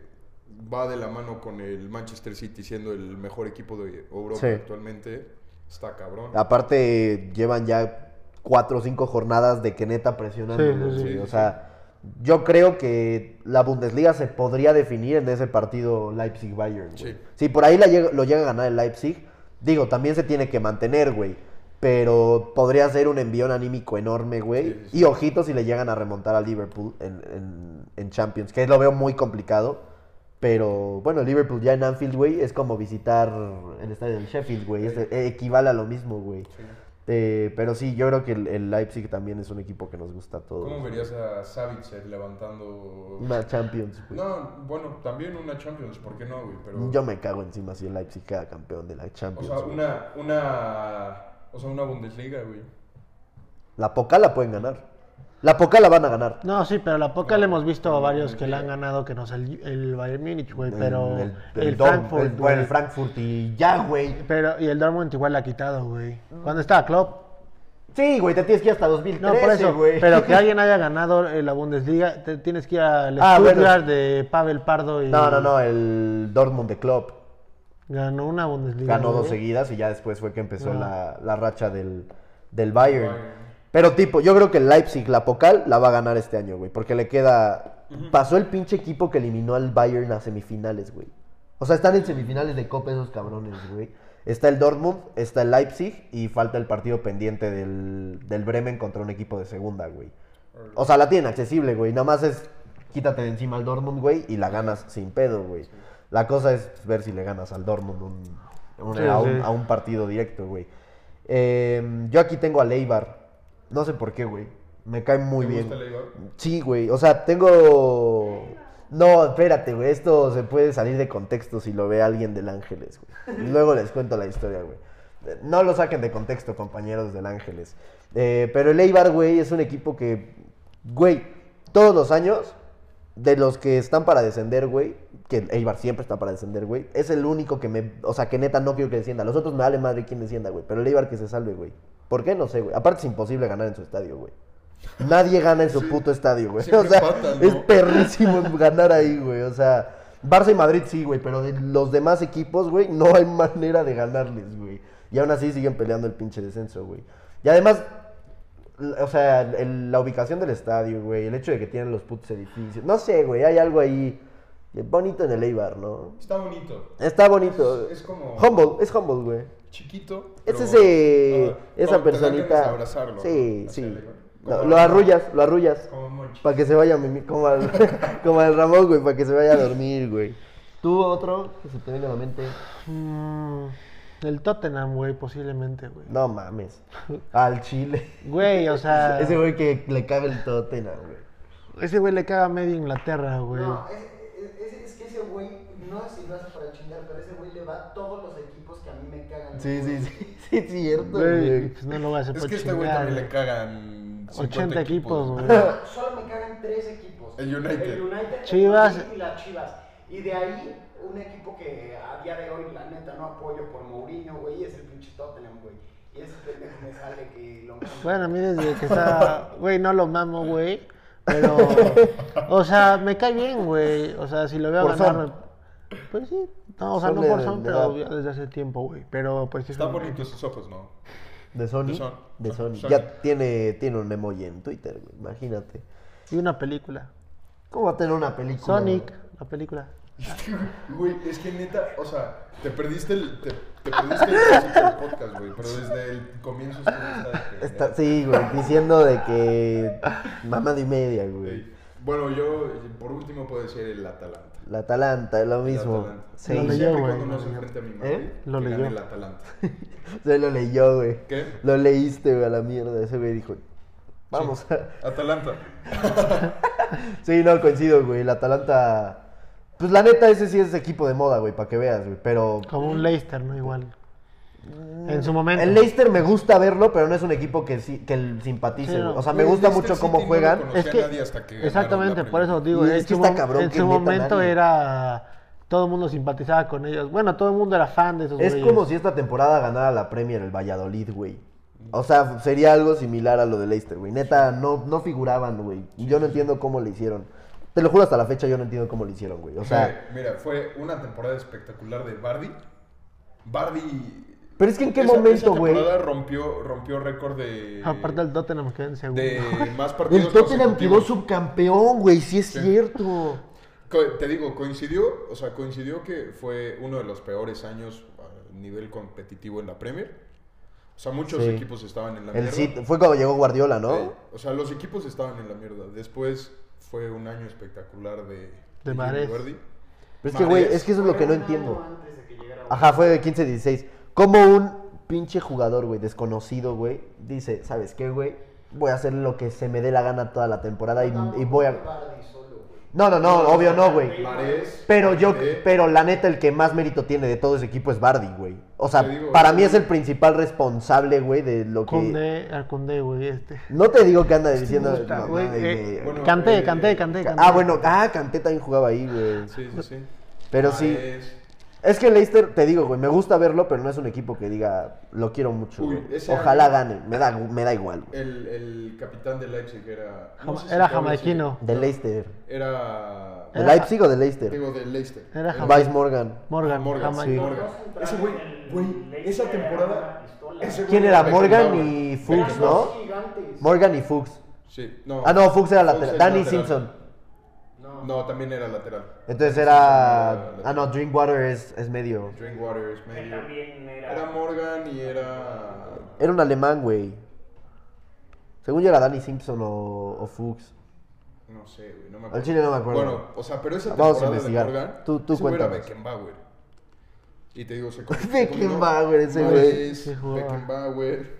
C: va de la mano con el Manchester City siendo el mejor equipo de Europa
B: Sí.
C: actualmente, está cabrón.
B: Aparte, llevan ya cuatro o cinco jornadas de que neta presionando.
D: Sí,
B: güey.
D: sí,
C: sí.
B: O sea, yo creo que la Bundesliga se podría definir en ese partido Leipzig-Bayern. güey.
C: Sí.
B: Si por ahí la llega- lo llega a ganar el Leipzig, digo, también se tiene que mantener, güey. Pero podría ser un envión anímico enorme, güey.
C: Sí, sí, sí.
B: Y ojito si le llegan a remontar a Liverpool en, en- en Champions, que lo veo muy complicado. Pero bueno, Liverpool ya en Anfield, güey, es como visitar el estadio del Sheffield, güey. Es- eh, equivale a lo mismo, güey. Eh, pero sí, yo creo que el, el Leipzig también es un equipo que nos gusta a todos.
C: ¿Cómo verías a Savitzer levantando...
B: Una Champions, güey.
C: No, bueno, también una Champions, ¿por qué no, güey? Pero,
B: Yo me cago encima si el Leipzig queda campeón de la
C: o
B: Champions.
C: sea,
B: güey.
C: una, una, o sea, una Bundesliga, güey.
B: La Poca la pueden ganar. La Poca la van a ganar.
D: No, sí, pero la poca le hemos visto a varios que le han ganado, que no es el, el Bayern Múnich, güey, pero
B: el,
D: el,
B: el, Dom-
D: Frankfurt,
B: el-
D: güey.
B: el Frankfurt y ya, güey.
D: pero, y el Dortmund igual la ha quitado, güey. Cuando estaba Klopp.
B: Sí, güey, te tienes que ir hasta
D: No,
B: 2013,
D: por eso,
B: güey.
D: pero que alguien haya ganado eh, la Bundesliga, te tienes que ir al
B: Ah, bueno.
D: Stuttgart de Pavel Pardo y
B: No, no, no, el Dortmund de Klopp
D: ganó una Bundesliga.
B: ganó dos
D: güey.
B: seguidas y ya después fue que empezó
D: Ah.
B: la, la racha del, del Bayern.
C: Bayern.
B: Pero tipo, yo creo que el Leipzig, la Pocal, la va a ganar este año, güey, porque le queda... Pasó el pinche equipo que eliminó al Bayern a semifinales, güey. O sea, están en semifinales de Copa esos cabrones, güey. Está el Dortmund, está el Leipzig y falta el partido pendiente del, del Bremen contra un equipo de segunda, güey. O sea, la tienen accesible, güey. Nada más es quítate de encima al Dortmund, güey, y la ganas sin pedo, güey. La cosa es ver si le ganas al Dortmund un- un-
D: Sí,
B: a,
D: sí.
B: un, a un partido directo, güey. Eh, yo aquí tengo a Leibar. No sé por qué, güey. Me cae muy
C: ¿Te
B: bien.
C: gusta el Eibar?
B: Sí, güey. O sea, tengo. No, espérate, güey. Esto se puede salir de contexto si lo ve alguien del Ángeles, güey. Luego les cuento la historia, güey. No lo saquen de contexto, compañeros del Ángeles. Eh, pero el Eibar, güey, es un equipo que, güey, todos los años, de los que están para descender, güey, que el Eibar siempre está para descender, güey, es el único que me, o sea, que neta no quiero que descienda. Los otros me vale madre quién descienda, güey, pero el Eibar que se salve, güey. ¿Por qué? No sé, güey. Aparte es imposible ganar en su estadio, güey. Nadie gana en su puto estadio, güey. O
C: Siempre
B: sea,
C: empatan, ¿no?
B: es perrísimo ganar ahí, güey. O sea, Barça y Madrid sí, güey, pero de los demás equipos, güey, no hay manera de ganarles, güey. Y aún así siguen peleando el pinche descenso, güey. Y además, l- o sea, el- la ubicación del estadio, güey, el hecho de que tienen los putos edificios. No sé, güey, hay algo ahí bonito en el Eibar, ¿no?
C: Está bonito.
B: Está bonito.
C: Es- es como-
B: Humble, es humble, güey.
C: Chiquito.
B: Es
C: pero-
B: ese,
C: Ah,
B: esa
C: como te dan ganas de
B: personita.
C: abrazarlo,
B: sí,
C: ¿no? Así,
B: sí.
C: como-
B: Lo, lo arrullas, lo arrullas.
C: Como Monchi.
B: Para que se vaya mi- mi- como al, como al Ramón, güey, para que se vaya a dormir, güey. ¿Tú otro que se te venga a la mente?
D: Mm, el Tottenham, güey, posiblemente, güey.
B: No mames. Al Chile.
D: Güey, o sea,
B: Ese güey que le cabe el Tottenham, güey.
D: ese güey le caga a media Inglaterra, güey.
F: No, es, es- es- es que ese güey, no sé si lo hace para chingar, pero ese güey le va a todos los equipos que a mí me cagan.
B: Sí, sí, sí. Sí, es cierto,
D: Güey,
B: güey.
D: pues no lo voy a hacer
C: Es
D: por
C: que a este güey
D: chingar,
C: también le cagan
D: 80
C: 50
D: equipos, güey.
F: No, Solo me cagan tres equipos.
C: El United.
F: El United,
D: Chivas.
F: el Madrid y las Chivas. Y de ahí, un equipo que a día de hoy, la neta, no apoyo por Mourinho, güey, es el pinche Tottenham, güey. Y ese pendejo me sale que lo
D: Bueno, a mí desde que está, güey, no lo mamo, güey. Pero, o sea, me cae bien, güey. O sea, si lo veo
B: Por
D: ganar,
B: son.
D: me- pues sí. No, o sea,
B: Son
D: no
B: de-
D: por son,
B: de
D: pero
B: edad.
D: ya desde hace tiempo, güey. Pero, pues sí.
C: Están
D: son-
C: bonitos sus ojos, ¿no?
B: De Sony.
C: De Sony.
B: De Sony.
C: Sony.
B: Ya tiene, tiene un emoji en Twitter, güey. Imagínate.
D: Y una película.
B: ¿Cómo va a tener una película?
D: Sonic,
B: güey?
D: la película.
C: Güey, es que neta, o sea, te perdiste el, te, te perdiste el concepto del podcast, güey, pero desde el comienzo estuvo esta de que-
B: Está- sí, güey, diciendo de que mamá de media, güey.
C: Ey, Bueno, yo por último puedo decir el Atalanta.
B: La Atalanta, es lo
C: El
B: mismo.
C: Atalanta.
B: Sí,
D: Lo
C: Y
D: leyó,
C: siempre
D: güey,
C: cuando
D: lo
C: no se
D: leyó.
C: enfrenta a mi Madrid,
B: ¿Eh?
D: Lo
C: que gane
D: leyó.
C: el Atalanta.
B: se lo leyó, güey.
C: ¿Qué?
B: Lo leíste, güey, a la mierda. Ese güey dijo, vamos
C: Sí.
B: a...
C: Atalanta.
B: Sí, no, coincido, güey. El Atalanta... Pues la neta, ese sí es equipo de moda, güey, para que veas, güey. Pero
D: Como un Leicester, ¿no? Igual. En su momento.
B: Mm. el Leicester me gusta verlo, pero no es un equipo que, sí, que el simpatice,
D: Sí,
B: güey.
D: no.
B: O sea, me
C: Güey,
B: gusta
C: Leicester
B: mucho cómo
C: City no lo
B: juegan.
C: conozco.
D: Es
C: conocía
D: que,
C: a nadie hasta que ganaron
D: exactamente,
C: la
D: por eso
B: Y
D: digo,
B: es
D: en
B: que
D: su,
B: está
D: mom-
B: cabrón
D: en
B: que
D: su
B: neta
D: momento
B: nadie.
D: era, todo el mundo simpatizaba con ellos. Bueno, todo el mundo era fan de esos
B: Es
D: güeyes.
B: como si esta temporada ganara la Premier el Valladolid, güey. O sea, sería algo similar a lo de Leicester, güey. Neta, no, no figuraban, güey. Y Yo no entiendo cómo le hicieron. Te lo juro, hasta la fecha yo no entiendo cómo le hicieron, güey. O sea,
C: Güey, Eh, mira, fue una temporada espectacular de Bardi. Bardi.
B: pero es que en qué
C: esa-
B: momento,
C: esa
B: güey. Ah,
C: temporada rompió, rompió récord de.
D: Aparte el Tottenham quedó en segundo.
C: de más partidos.
B: El Tottenham quedó
C: consecutivos.
B: subcampeón, güey. Sí es
C: Sí.
B: cierto.
C: Co- Te digo, coincidió, o sea, coincidió que fue uno de los peores años a nivel competitivo en la Premier. O sea, muchos
B: Sí.
C: equipos estaban en la
B: El
C: mierda.
B: City- fue cuando llegó Guardiola, ¿no?
C: Sí. Eh, O sea, los equipos estaban en la mierda. Después fue un año espectacular de, Jimmy
D: Mahrez.
C: Vardy.
B: Pero es que, güey,
C: Mahrez.
B: es que eso es lo que no
F: Fue un año
B: entiendo.
F: antes de que llegara
B: Ajá, fue de 15-16. Como un pinche jugador, güey, desconocido, güey, dice, ¿sabes qué, güey? Voy a hacer lo que se me dé la gana toda la temporada y, y voy a...
F: Bardi solo, güey.
B: No, no, no, obvio no, güey.
C: Mahrez,
B: Pero yo,
C: Kanté.
B: pero la neta, el que más mérito tiene de todo ese equipo es Bardi, güey. O sea,
C: Te digo, eh,
B: para mí
C: güey.
B: es el principal responsable, güey, de lo que...
D: Cundé, al Cundé, güey, este.
B: No te digo que anda diciendo...
D: Puta,
B: mamá,
D: güey,
B: güey.
D: eh,
C: Bueno,
D: canté,
C: eh,
D: canté, canté, canté.
B: Ah, bueno, ah, Kanté también jugaba ahí, güey.
C: Sí, sí, sí. Ah,
B: Pero sí.
C: Mahrez.
B: Es que Leicester, te digo, güey, me gusta verlo, pero no es un equipo que diga, lo quiero mucho.
C: Uy,
B: güey.
C: ese
B: Ojalá
C: año-
B: gane, me da, me da igual, güey.
C: El, el capitán de Leipzig era. no sé si
D: Era
C: todavía
D: jamaiquino.
B: De Leicester.
C: sigue. Era.
B: ¿De
D: Era-
B: Leipzig o de Leicester?
C: Digo, de Leicester.
D: Era jamaiquino.
B: Vice Morgan.
D: Morgan,
C: Morgan,
D: jamás.
C: sí.
B: Jamaica.
C: Morgan. Ese güey, güey, esa temporada. ese güey
B: ¿Quién era?
C: me
B: Morgan
C: quemaba.
B: y
C: Me
B: Fuchs,
C: quemaba.
B: ¿no?
F: Gigantes.
B: Morgan y Fuchs.
C: Sí, no.
B: Ah, no, Fuchs era
C: Fuchs
B: lateral.
C: es
B: Danny
C: lateral.
B: Simpson.
C: No, también era lateral.
B: Entonces
C: Sí,
B: era.
C: sí, sí.
B: Ah, no, Drinkwater es, es medio.
C: Drinkwater es
E: Que
C: medio.
E: también era.
C: Era Morgan y era.
B: Era un alemán, güey. Según yo era Danny Simpson o, o Fuchs.
C: No sé, güey, no me acuerdo.
B: Al chile no me acuerdo.
C: Bueno, o sea, pero esa
B: Vamos a
C: temporada
B: investigar.
C: de Morgan.
B: Tú- tú
C: ese güey era
B: cuéntanos.
C: Beckenbauer. Y te digo, se con- se
B: Beckenbauer,
C: combinó
B: ese güey.
C: Mahrez,
D: Sí, jugaba.
C: Beckenbauer.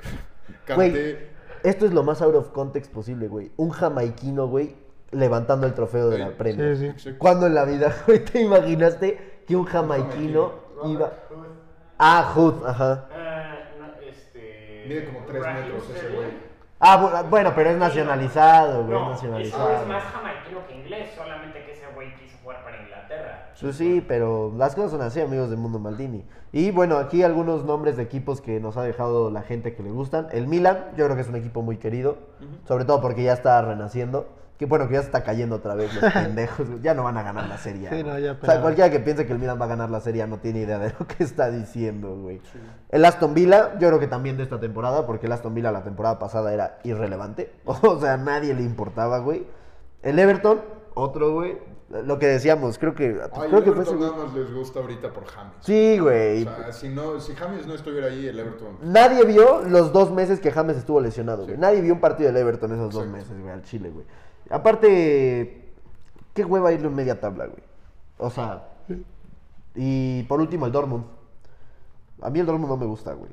B: Güey,
C: Canté.
B: esto es lo más out of context posible, güey. Un jamaiquino, güey, levantando el trofeo de la
C: Sí.
B: Premier.
D: Sí,
C: sí.
B: ¿Cuándo en la vida, güey, te imaginaste que un jamaiquino
F: Robert
B: iba.
F: Hood.
B: Ah, Hood, ajá.
E: Ah, no, este.
C: Mide como 3
E: Raheem
C: metros ese
E: Sterling.
C: güey.
B: Ah, bu- bueno, pero es nacionalizado, güey, es
E: No,
B: nacionalizado.
E: es más jamaiquino que inglés, solamente que ese güey quiso jugar para Inglaterra.
B: Pues sí, pero las cosas son así, amigos de Mundo Maldini. Y bueno, aquí algunos nombres de equipos que nos ha dejado la gente que le gustan. El Milan, yo creo que es un equipo muy querido, sobre todo porque ya está renaciendo. Que bueno, que ya se está cayendo otra vez los pendejos, güey, ya no van a ganar la serie. güey.
D: Sí, no, ya
B: o sea,
D: pelaron.
B: cualquiera que piense que el Milan va a ganar la serie no tiene idea de lo que está diciendo, güey. El Aston Villa, yo creo que también de esta temporada, porque el Aston Villa la temporada pasada era irrelevante. O sea, a nadie le importaba, güey. El Everton, otro, güey. Lo que decíamos, creo que.
C: Ay,
B: creo que
C: Everton
B: fue ese-
C: nada más les gusta ahorita por James.
B: Sí, güey.
C: O sea, si, no, si James no estuviera ahí, el Everton.
B: Nadie vio los dos meses que James estuvo lesionado, güey.
C: Sí.
B: Nadie vio un partido del Everton esos dos
C: Exacto.
B: meses, güey, al Chile, güey. Aparte, qué hueva irle en media tabla, güey. O sea. Y por último, el Dortmund. A mí el Dortmund no me gusta, güey.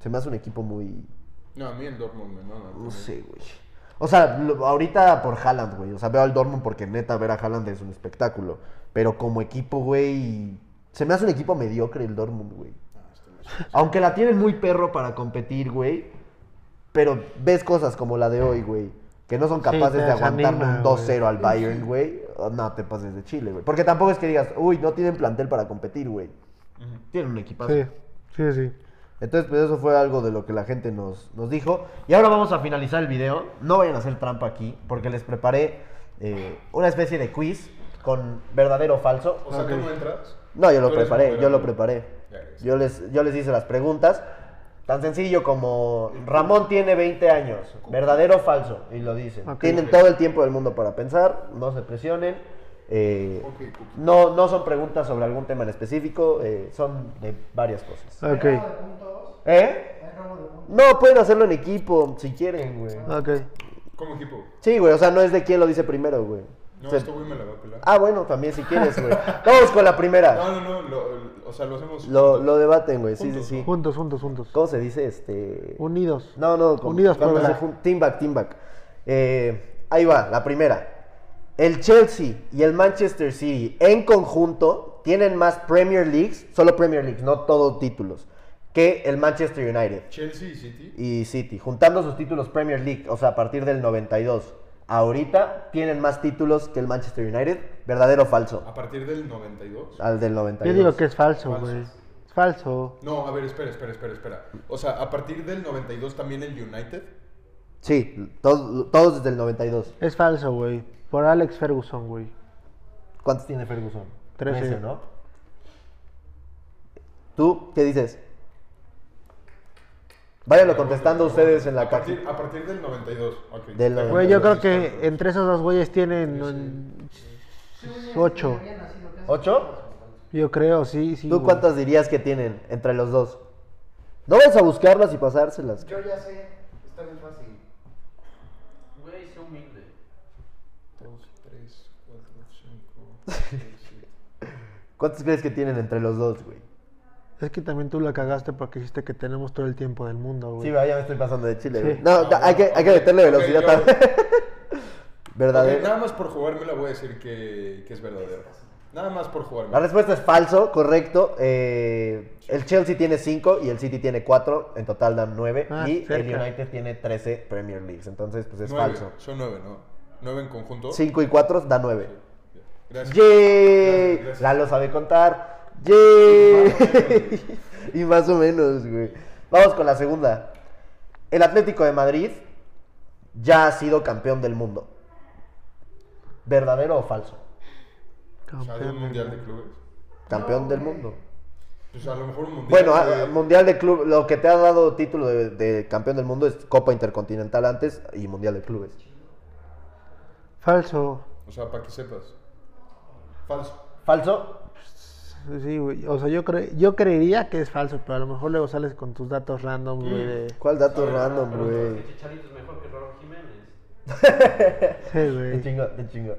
B: Se me hace un equipo muy.
C: No, a mí el Dortmund me mama.
B: No sé, güey. O sea, lo- ahorita por Haaland, güey. O sea, veo al Dortmund porque neta ver a Haaland es un espectáculo. Pero como equipo, güey. Se me hace un equipo mediocre el Dortmund, güey. Aunque la tienen muy perro para competir, güey. Pero ves cosas como la de hoy, güey. Que no son
D: Sí,
B: capaces
D: te
B: de aguantarle
D: desanima,
B: un 2-0 al Bayern, güey. Oh, No, te pases de Chile, güey. Porque tampoco es que digas, uy, no tienen plantel para competir, güey. Tienen un equipazo.
D: Sí, sí, sí.
B: Entonces, pues eso fue algo de lo que la gente nos, nos dijo. Y ahora vamos a finalizar el video. No vayan a hacer trampa aquí, porque les preparé eh, una especie de quiz con verdadero o falso.
C: O sea, ¿cómo entras?
B: No, yo lo
C: Tú eres
B: preparé, yo lo
C: moderador.
B: preparé.
C: Ya eres.
B: Yo les, yo les hice las preguntas. Tan sencillo como Ramón tiene 20 años, verdadero o falso, y lo dicen.
D: Ok.
B: Tienen todo el tiempo del mundo para pensar, no se presionen. eh,
C: Ok, cookie.
B: no, no son preguntas sobre algún tema en específico, eh, son de varias cosas.
D: Ok,
B: ¿Eh? No, pueden hacerlo en equipo, si quieren, güey.
D: ok.
C: Como equipo.
B: Sí, güey, o sea, no es de quién lo dice primero, güey.
C: No,
B: Se-
C: este güey me la va a pelar.
B: Ah, bueno, también si quieres, güey. Vamos con la primera.
C: No, no, no. Lo, o sea, lo hacemos.
B: Lo, lo debaten, güey, sí, sí,
C: Juntos,
B: sí.
D: Juntos, juntos, juntos.
B: ¿Cómo se dice este?
D: Unidos.
B: No, no, como-
D: Unidos
B: cuando
D: Puebla.
B: se jun- Team back, team back. Eh, ahí va, la primera. El Chelsea y el Manchester City en conjunto tienen más Premier Leagues, solo Premier Leagues, no todos títulos, que el Manchester United.
C: Chelsea y City.
B: y City, juntando sus títulos Premier League, o sea, a partir del 92. Ahorita tienen más títulos que el Manchester United, verdadero o falso,
C: A partir del 92.
B: al del 92.
D: Yo digo que es falso,
C: Falso.
D: güey. Es falso.
C: No, a ver, espera, espera, espera, espera. O sea, a partir del 92 también el United.
B: Sí, todos, todos desde el 92.
D: Es falso, güey. Por Alex Ferguson, güey.
B: ¿Cuántos tiene Ferguson?
D: Trece.
B: Trece, ¿no? ¿Tú qué dices? Váyanlo contestando ustedes en la
C: a partir,
B: caja.
C: a partir del 92. ok.
B: Del
C: Déjame
B: 92.
D: Güey, yo
C: ver
D: creo
C: si
D: que
C: está-
D: entre esos dos güeyes tienen 8.
B: ¿Ocho?
D: Yo creo, sí, sí.
B: ¿Tú
D: güey.
B: cuántas dirías que tienen entre los dos? No vas a buscarlas y pasárselas.
F: Yo ya sé, está bien fácil.
G: Güey, sé humilde.
C: Dos, tres, cuatro, cinco, seis, siete.
B: ¿Cuántas crees que tienen entre los dos, güey?
D: Es que también tú la cagaste porque dijiste que tenemos todo el tiempo del mundo, güey.
B: Sí, va, ya me estoy pasando de Chile.
D: Sí.
B: güey. No,
C: Ah,
B: da- hay, que,
C: bueno,
B: hay que
C: ok,
B: meterle
C: ok,
B: velocidad
C: yo-
B: también.
C: Ok,
B: Verdadero.
C: nada más por jugarme la voy a decir que, que es verdadero. Nada más por jugarme.
B: La respuesta es falso, correcto. Eh, el Chelsea tiene 5 y el City tiene 4. En total dan 9.
D: Ah,
B: y el
D: cerca.
B: United tiene 13 Premier Leagues. Entonces, pues es
C: Nueve,
B: falso.
C: Son nueve, ¿no? Nueve en conjunto.
B: 5 y 4 da 9.
C: Gracias.
B: ¡Yay!
C: Gracias.
B: Lalo sabe contar. ¡Yay! y más o menos, güey. Vamos con la segunda. El Atlético de Madrid ya ha sido campeón del mundo. ¿Verdadero o falso?
C: O sea, de un mundial de clubes.
B: Campeón del mundo.
C: Pues a lo mejor un mundial.
B: Bueno,
C: de-
B: ah, Mundial de Club, lo que te ha dado título de, de campeón del mundo es Copa Intercontinental antes y Mundial de Clubes.
D: Falso.
C: O sea, para que sepas. Falso.
B: ¿Falso?
D: Sí, güey. O sea, yo, cre- yo creería que es falso, pero a lo mejor luego sales con tus datos random, güey. de-
B: ¿Cuál dato random,
G: Pero tú
B: Ah, güey?
G: dices que Chicharito es mejor que Raúl Jiménez.
D: Sí,
B: Te
D: güey.
B: chingo, te chingo.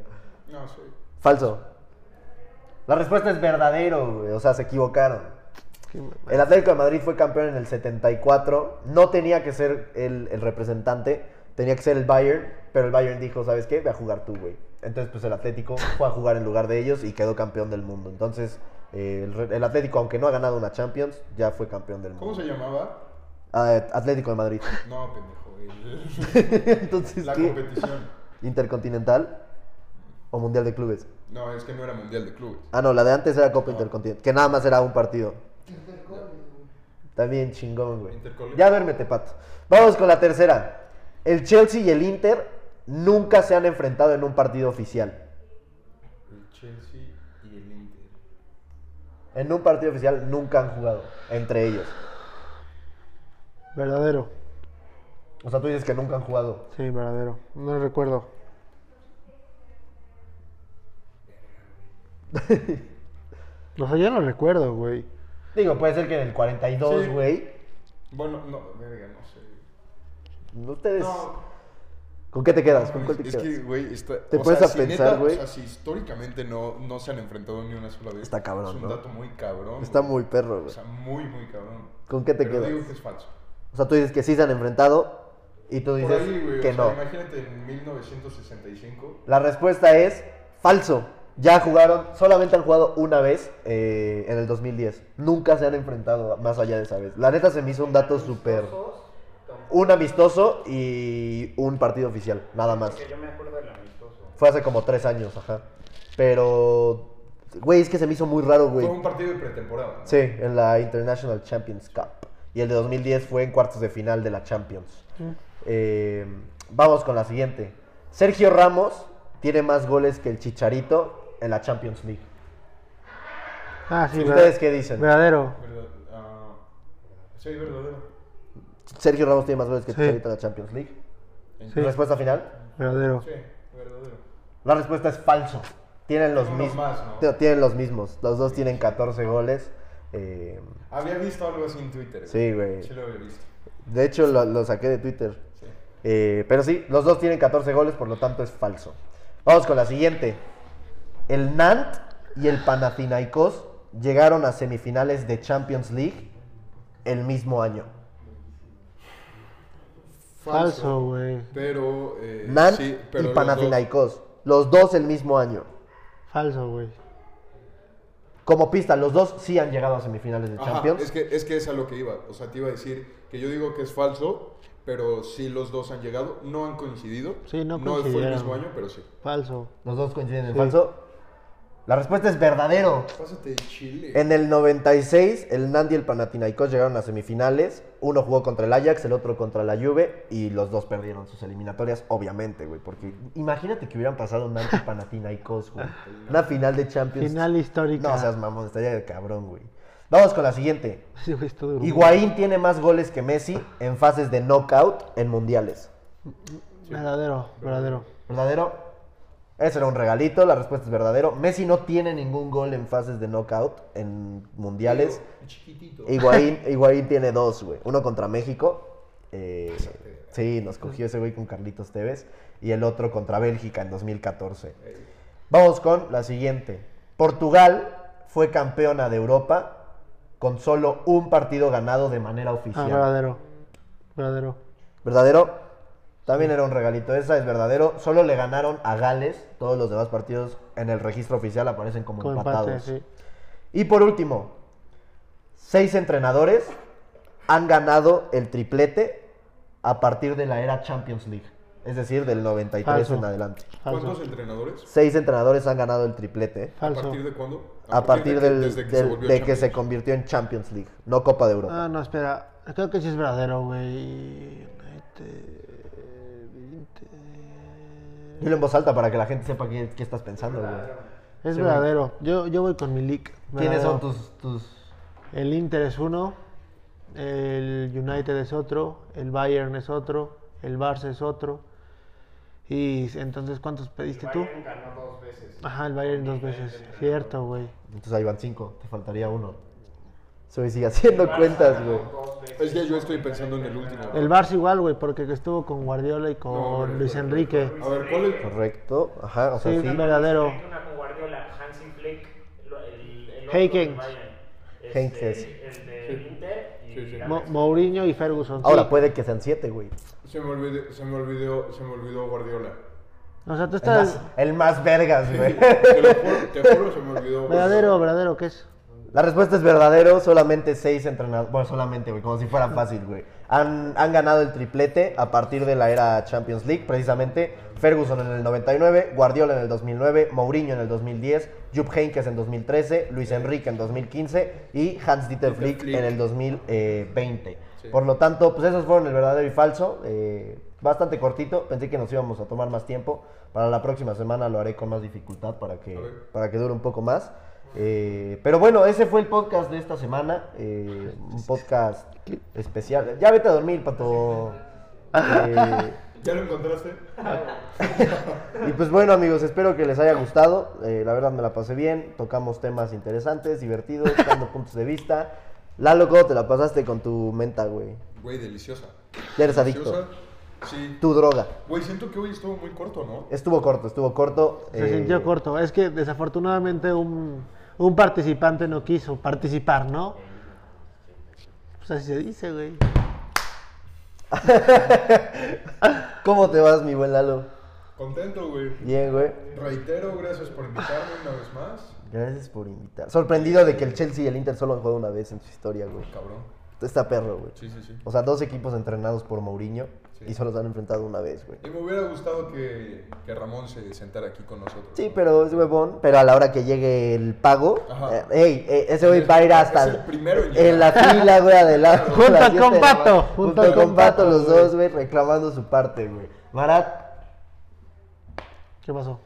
C: No, sí.
B: Falso. La respuesta es verdadero, güey. O sea, se equivocaron. El Atlético de Madrid fue campeón en el 74. No tenía que ser el, el representante, tenía que ser el Bayern. Pero el Bayern dijo, ¿sabes qué? Ve a jugar tú, güey. Entonces, pues el Atlético fue a jugar en lugar de ellos y quedó campeón del mundo. Entonces, eh, el, re- el Atlético, aunque no ha ganado una Champions, ya fue campeón del mundo.
C: ¿Cómo se llamaba?
B: Ah, Atlético de Madrid.
C: No, pendejo. el-
B: Entonces,
C: la
B: ¿qué?
C: competición.
B: ¿Intercontinental o Mundial de Clubes?
C: No, es que no era mundial de clubes.
B: Ah, no, la de antes era Copa Intercontinental, que nada más era un partido. También chingón, güey.
C: Intercoli-
B: Ya vérmete, pato. Vamos con la tercera. El Chelsea y el Inter nunca se han enfrentado en un partido oficial.
C: El Chelsea y el Inter.
B: En un partido oficial nunca han jugado entre ellos.
D: Verdadero.
B: O sea, tú dices que nunca han jugado.
D: Sí, verdadero. No lo recuerdo. o sea, yo no recuerdo, güey.
B: Digo, puede ser que en el 42,
C: Sí.
B: güey.
C: Bueno, no, verga, no sé.
B: Ustedes. ¿Con qué te quedas? ¿Con
C: No,
B: cuál te
C: es,
B: quedas?
C: es que, güey, está-
B: Te
C: o
B: puedes
C: sea,
B: a
C: si
B: pensar,
C: neta,
B: güey.
C: O sea, si históricamente no, no se han enfrentado ni una sola vez.
B: Está cabrón,
C: Es un
B: ¿no?
C: dato muy cabrón.
B: Está
C: güey.
B: muy perro,
C: O
B: güey.
C: sea, muy, muy cabrón.
B: ¿Con qué te
C: Pero
B: quedas?
C: digo que es falso.
B: O sea, tú dices que sí se han enfrentado y tú
C: Por
B: dices
C: ahí, güey.
B: que
C: o sea,
B: no.
C: imagínate en 1965.
B: La respuesta es falso. Ya jugaron, solamente han jugado una vez eh, en el 2010. Nunca se han enfrentado más allá de esa vez. La neta se me hizo un dato súper... Un amistoso y un partido oficial, nada más.
E: Porque yo me acuerdo del amistoso.
B: Fue hace como tres años, ajá. Pero, güey, es que se me hizo muy raro, güey.
C: Fue un partido de pretemporada. ¿no?
B: Sí, en la International Champions Cup. Y el de 2010 fue en cuartos de final de la Champions. Eh, vamos con la siguiente. Sergio Ramos tiene más goles que el Chicharito en la Champions League.
D: Ah, sí,
B: ¿Ustedes
D: verdad-
B: qué dicen?
D: Verdadero.
C: Verdad- ah, sí, verdadero.
B: Sergio Ramos tiene más goles que el
D: Sí.
B: Chicharito en la Champions League.
D: Sí.
B: Respuesta final.
D: Verdadero.
C: Sí, verdadero.
B: La respuesta es falso. Tienen los
C: Uno
B: mismos.
C: más, ¿no?
B: No, Tienen los mismos. Los dos tienen 14 goles. Eh,
C: Había visto algo así en Twitter.
B: sí, güey.
C: Sí lo había visto.
B: De hecho, lo, lo saqué de Twitter.
C: Sí.
B: Eh, pero sí, los dos tienen 14 goles, por lo tanto es falso. Vamos con la siguiente. El Nant y el Panathinaikos llegaron a semifinales de Champions League el mismo año.
D: Falso, güey.
C: Pero, eh,
B: Nant
C: sí,
B: y
C: pero los
B: Panathinaikos, los dos el mismo año.
D: Falso, güey.
B: Como pista, los dos sí han llegado a semifinales de
C: Ajá,
B: Champions.
C: es, que, es que es a lo que iba. O sea, te iba a decir que yo digo que es falso, pero sí los dos han llegado. No han coincidido.
D: Sí, no
C: fue el
D: coincidieron.
C: mismo año, pero sí.
D: Falso.
B: Los dos coinciden en
D: Sí.
B: falso. La respuesta es verdadero.
C: Pásate de Chile.
B: En el 96, el Nandi y el Panathinaikos llegaron a semifinales. Uno jugó contra el Ajax, el otro contra la Juve. Y los dos perdieron sus eliminatorias, obviamente, güey. Porque imagínate que hubieran pasado un Nandi y Panathinaikos, güey. Una final de Champions.
D: Final histórica.
B: No seas mamón, estaría de cabrón, güey. Vamos con la siguiente.
D: Sí, güey, está duro.
B: Higuaín tiene más goles que Messi en fases de knockout en mundiales.
D: Verdadero, verdadero.
B: ¿Verdadero? Ese era un regalito, la respuesta es verdadero. Messi no tiene ningún gol en fases de knockout en mundiales. Eh,
C: Chiquitito.
B: Higuaín, Higuaín tiene dos, güey. Uno contra México. eh, sí, nos cogió ese güey con Carlitos Tevez. Y el otro contra Bélgica en 2014. Vamos con la siguiente. Portugal fue campeona de Europa con solo un partido ganado de manera
D: Ah,
B: oficial.
D: verdadero. Verdadero.
B: ¿Verdadero? También era un regalito. Esa es verdadero. Solo le ganaron a Gales. Todos los demás partidos en el registro oficial aparecen como,
D: Con
B: empatados.
D: empate, sí.
B: Y por último, seis entrenadores han ganado el triplete a partir de la era Champions League, es decir, del 93
D: Falso.
B: en adelante.
D: Falso.
C: ¿Cuántos entrenadores?
B: Seis entrenadores han ganado el triplete
C: ¿A
D: Falso.
C: partir de cuándo?
B: a partir
C: de que-
B: del-
C: desde que
B: del-
C: se volvió
B: de que se
C: Champions.
B: convirtió en Champions League, no Copa de Europa.
D: Ah, no, espera. Creo que sí es verdadero, güey. United, 20. Ah.
B: Dilo en voz alta para que la gente sepa qué, qué estás pensando. güey.
D: Es verdadero. Yo, yo voy con mi leak.
B: ¿Quiénes son tus, tus-
D: El Inter es uno, el United es otro, el Bayern es otro, el Barça es otro. Y entonces, ¿cuántos pediste tú?
E: Bayern ganó dos veces.
D: Ajá, el Bayern dos veces. Cierto, güey.
B: Entonces ahí van cinco, te faltaría uno. Soy sigue haciendo
E: Barça
B: cuentas,
E: ganó
B: güey.
E: dos veces.
C: Es que yo estoy pensando en el último.
D: El Barça igual, güey, porque que estuvo con Guardiola y con
C: No, hombre,
D: Luis
C: pero-
D: Enrique.
C: A ver, ¿cuál es?
B: Correcto, ajá, o sea,
D: Sí,
B: sí.
D: es verdadero.
E: Una con Guardiola, Hansi Flick, el, el, el
D: Henkens.
E: otro del Bayern,
B: Henkens.
E: Este, el de Inter y
C: Sí, sí.
D: Mo-
E: Gales.
D: Mourinho y Ferguson. sí.
B: Ahora pues, puede que sean siete, güey.
C: Se me olvidó, se me olvidó, se me olvidó Guardiola.
D: O sea, tú
B: El más,
D: estás.
B: el más vergas, güey.
C: Te lo juro, te juro, se me olvidó. Guardiola.
D: Verdadero, verdadero, ¿qué es?
B: La respuesta es verdadero, solamente seis entrenadores. Bueno, solamente, güey, como si fuera fácil, güey. han, han ganado el triplete a partir de la era Champions League, precisamente. Ferguson en el 99, Guardiola en el 2009, Mourinho en el 2010, Jupp Heynckes en 2013, Luis Enrique en 2015 y Hans-Dieter Flick en el 2020. Por lo tanto, pues esos fueron el verdadero y falso. eh, bastante cortito, pensé que nos íbamos a tomar más tiempo. Para la próxima semana lo haré con más dificultad para que,
C: Ok.
B: para que dure un poco más. Eh, pero bueno, ese fue el podcast de esta semana. eh, un podcast especial. Ya vete a dormir, pato. Eh,
C: ¿Ya lo encontraste?
B: y pues bueno, amigos, espero que les haya gustado. Eh, la verdad me la pasé bien. Tocamos temas interesantes, divertidos, dando puntos de vista. Lalo, ¿cómo te la pasaste con tu menta, güey?
C: Güey, deliciosa.
B: Ya eres
C: Deliciosa.
B: adicto.
C: Sí.
B: Tu droga.
C: Güey, siento que hoy estuvo muy corto, ¿no?
B: Estuvo corto, estuvo corto.
D: Se
B: eh,
D: sintió corto. Es que desafortunadamente un, un participante no quiso participar, ¿no? Pues así se dice, güey.
B: ¿Cómo te vas, mi buen Lalo?
C: Contento, güey.
B: Bien, güey.
C: Reitero, gracias por invitarme una vez más.
B: Gracias por invitar. Sorprendido de que el Chelsea y el Inter solo han jugado una vez en su historia, güey.
C: Cabrón.
B: Está perro, güey.
C: Sí, sí, sí.
B: O sea, dos equipos entrenados por Mourinho
C: Sí.
B: y solo se han enfrentado una vez, güey.
C: Y me hubiera gustado que, que Ramón se sentara aquí con nosotros.
B: Sí,
C: ¿no?
B: pero es huevón. Pero a la hora que llegue el pago,
C: Ajá.
B: eh, ey, eh, ese güey va a ir hasta
C: Es el primero en
B: en la
C: llegar.
B: fila, güey, adelante.
D: Junto
B: a las siete
D: con
B: de la ma-
D: Pato,
B: Junto, con Pato, los dos, güey, reclamando su parte, güey. Marat,
D: ¿Qué pasó?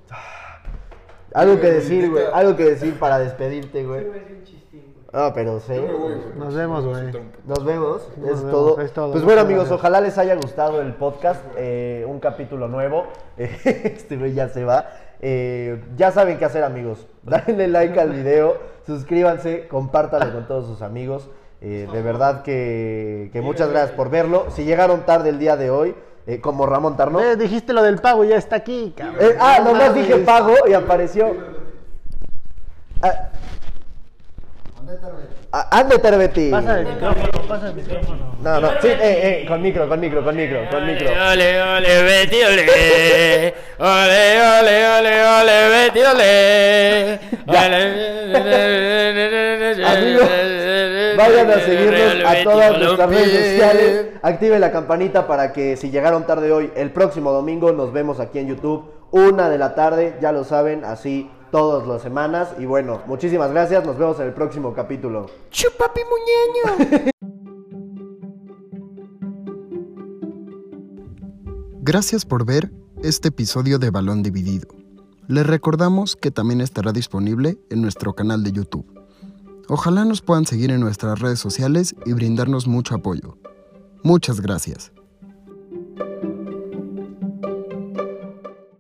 B: algo
C: Sí,
B: que
C: güey,
B: decir,
C: neta.
B: güey. Algo que decir para despedirte, güey.
F: es un chistín, güey.
B: Ah, pero sé.
C: Yo me voy, güey.
D: Nos vemos, güey.
C: Resulta un p-
B: Nos vemos.
D: Nos
B: es,
D: vemos,
B: todo.
D: es todo.
B: Pues bueno,
D: Muchas
B: amigos,
D: gracias.
B: ojalá les haya gustado el podcast. eh, un capítulo nuevo. Este güey ya se va. Eh, ya saben qué hacer, amigos. Denle like al video, suscríbanse, compártanlo con todos sus amigos. Eh, de verdad que, que muchas gracias por verlo. Si llegaron tarde el día de hoy, eh, como Ramón Tarno.
D: Eh, dijiste lo del pago, ya está aquí, cabrón.
B: Eh, ah,
D: No
B: nomás
D: mames.
B: dije pago y apareció. Ah,
F: Andate, Roberto.
B: ah, ándate, Betty.
D: Pasa el micrófono, pasa el micrófono.
B: No, no, sí, eh, eh, con micro, con micro, con micro, con micro.
H: Ole, ole, Betty, ole. Ole, ole, ole, ole, Betty, ole. Ole.
B: Amigos, Vayan a seguirnos a todas nuestras redes sociales. Activen la campanita para que si llegaron tarde hoy, el próximo domingo nos vemos aquí en YouTube. Una de la tarde, ya lo saben, así todas las semanas. Y bueno, muchísimas gracias. Nos vemos en el próximo capítulo.
H: Chupapi muñeño.
A: Gracias por ver este episodio de Balón Dividido. Les recordamos que también estará disponible en nuestro canal de YouTube. Ojalá nos puedan seguir en nuestras redes sociales y brindarnos mucho apoyo. Muchas gracias.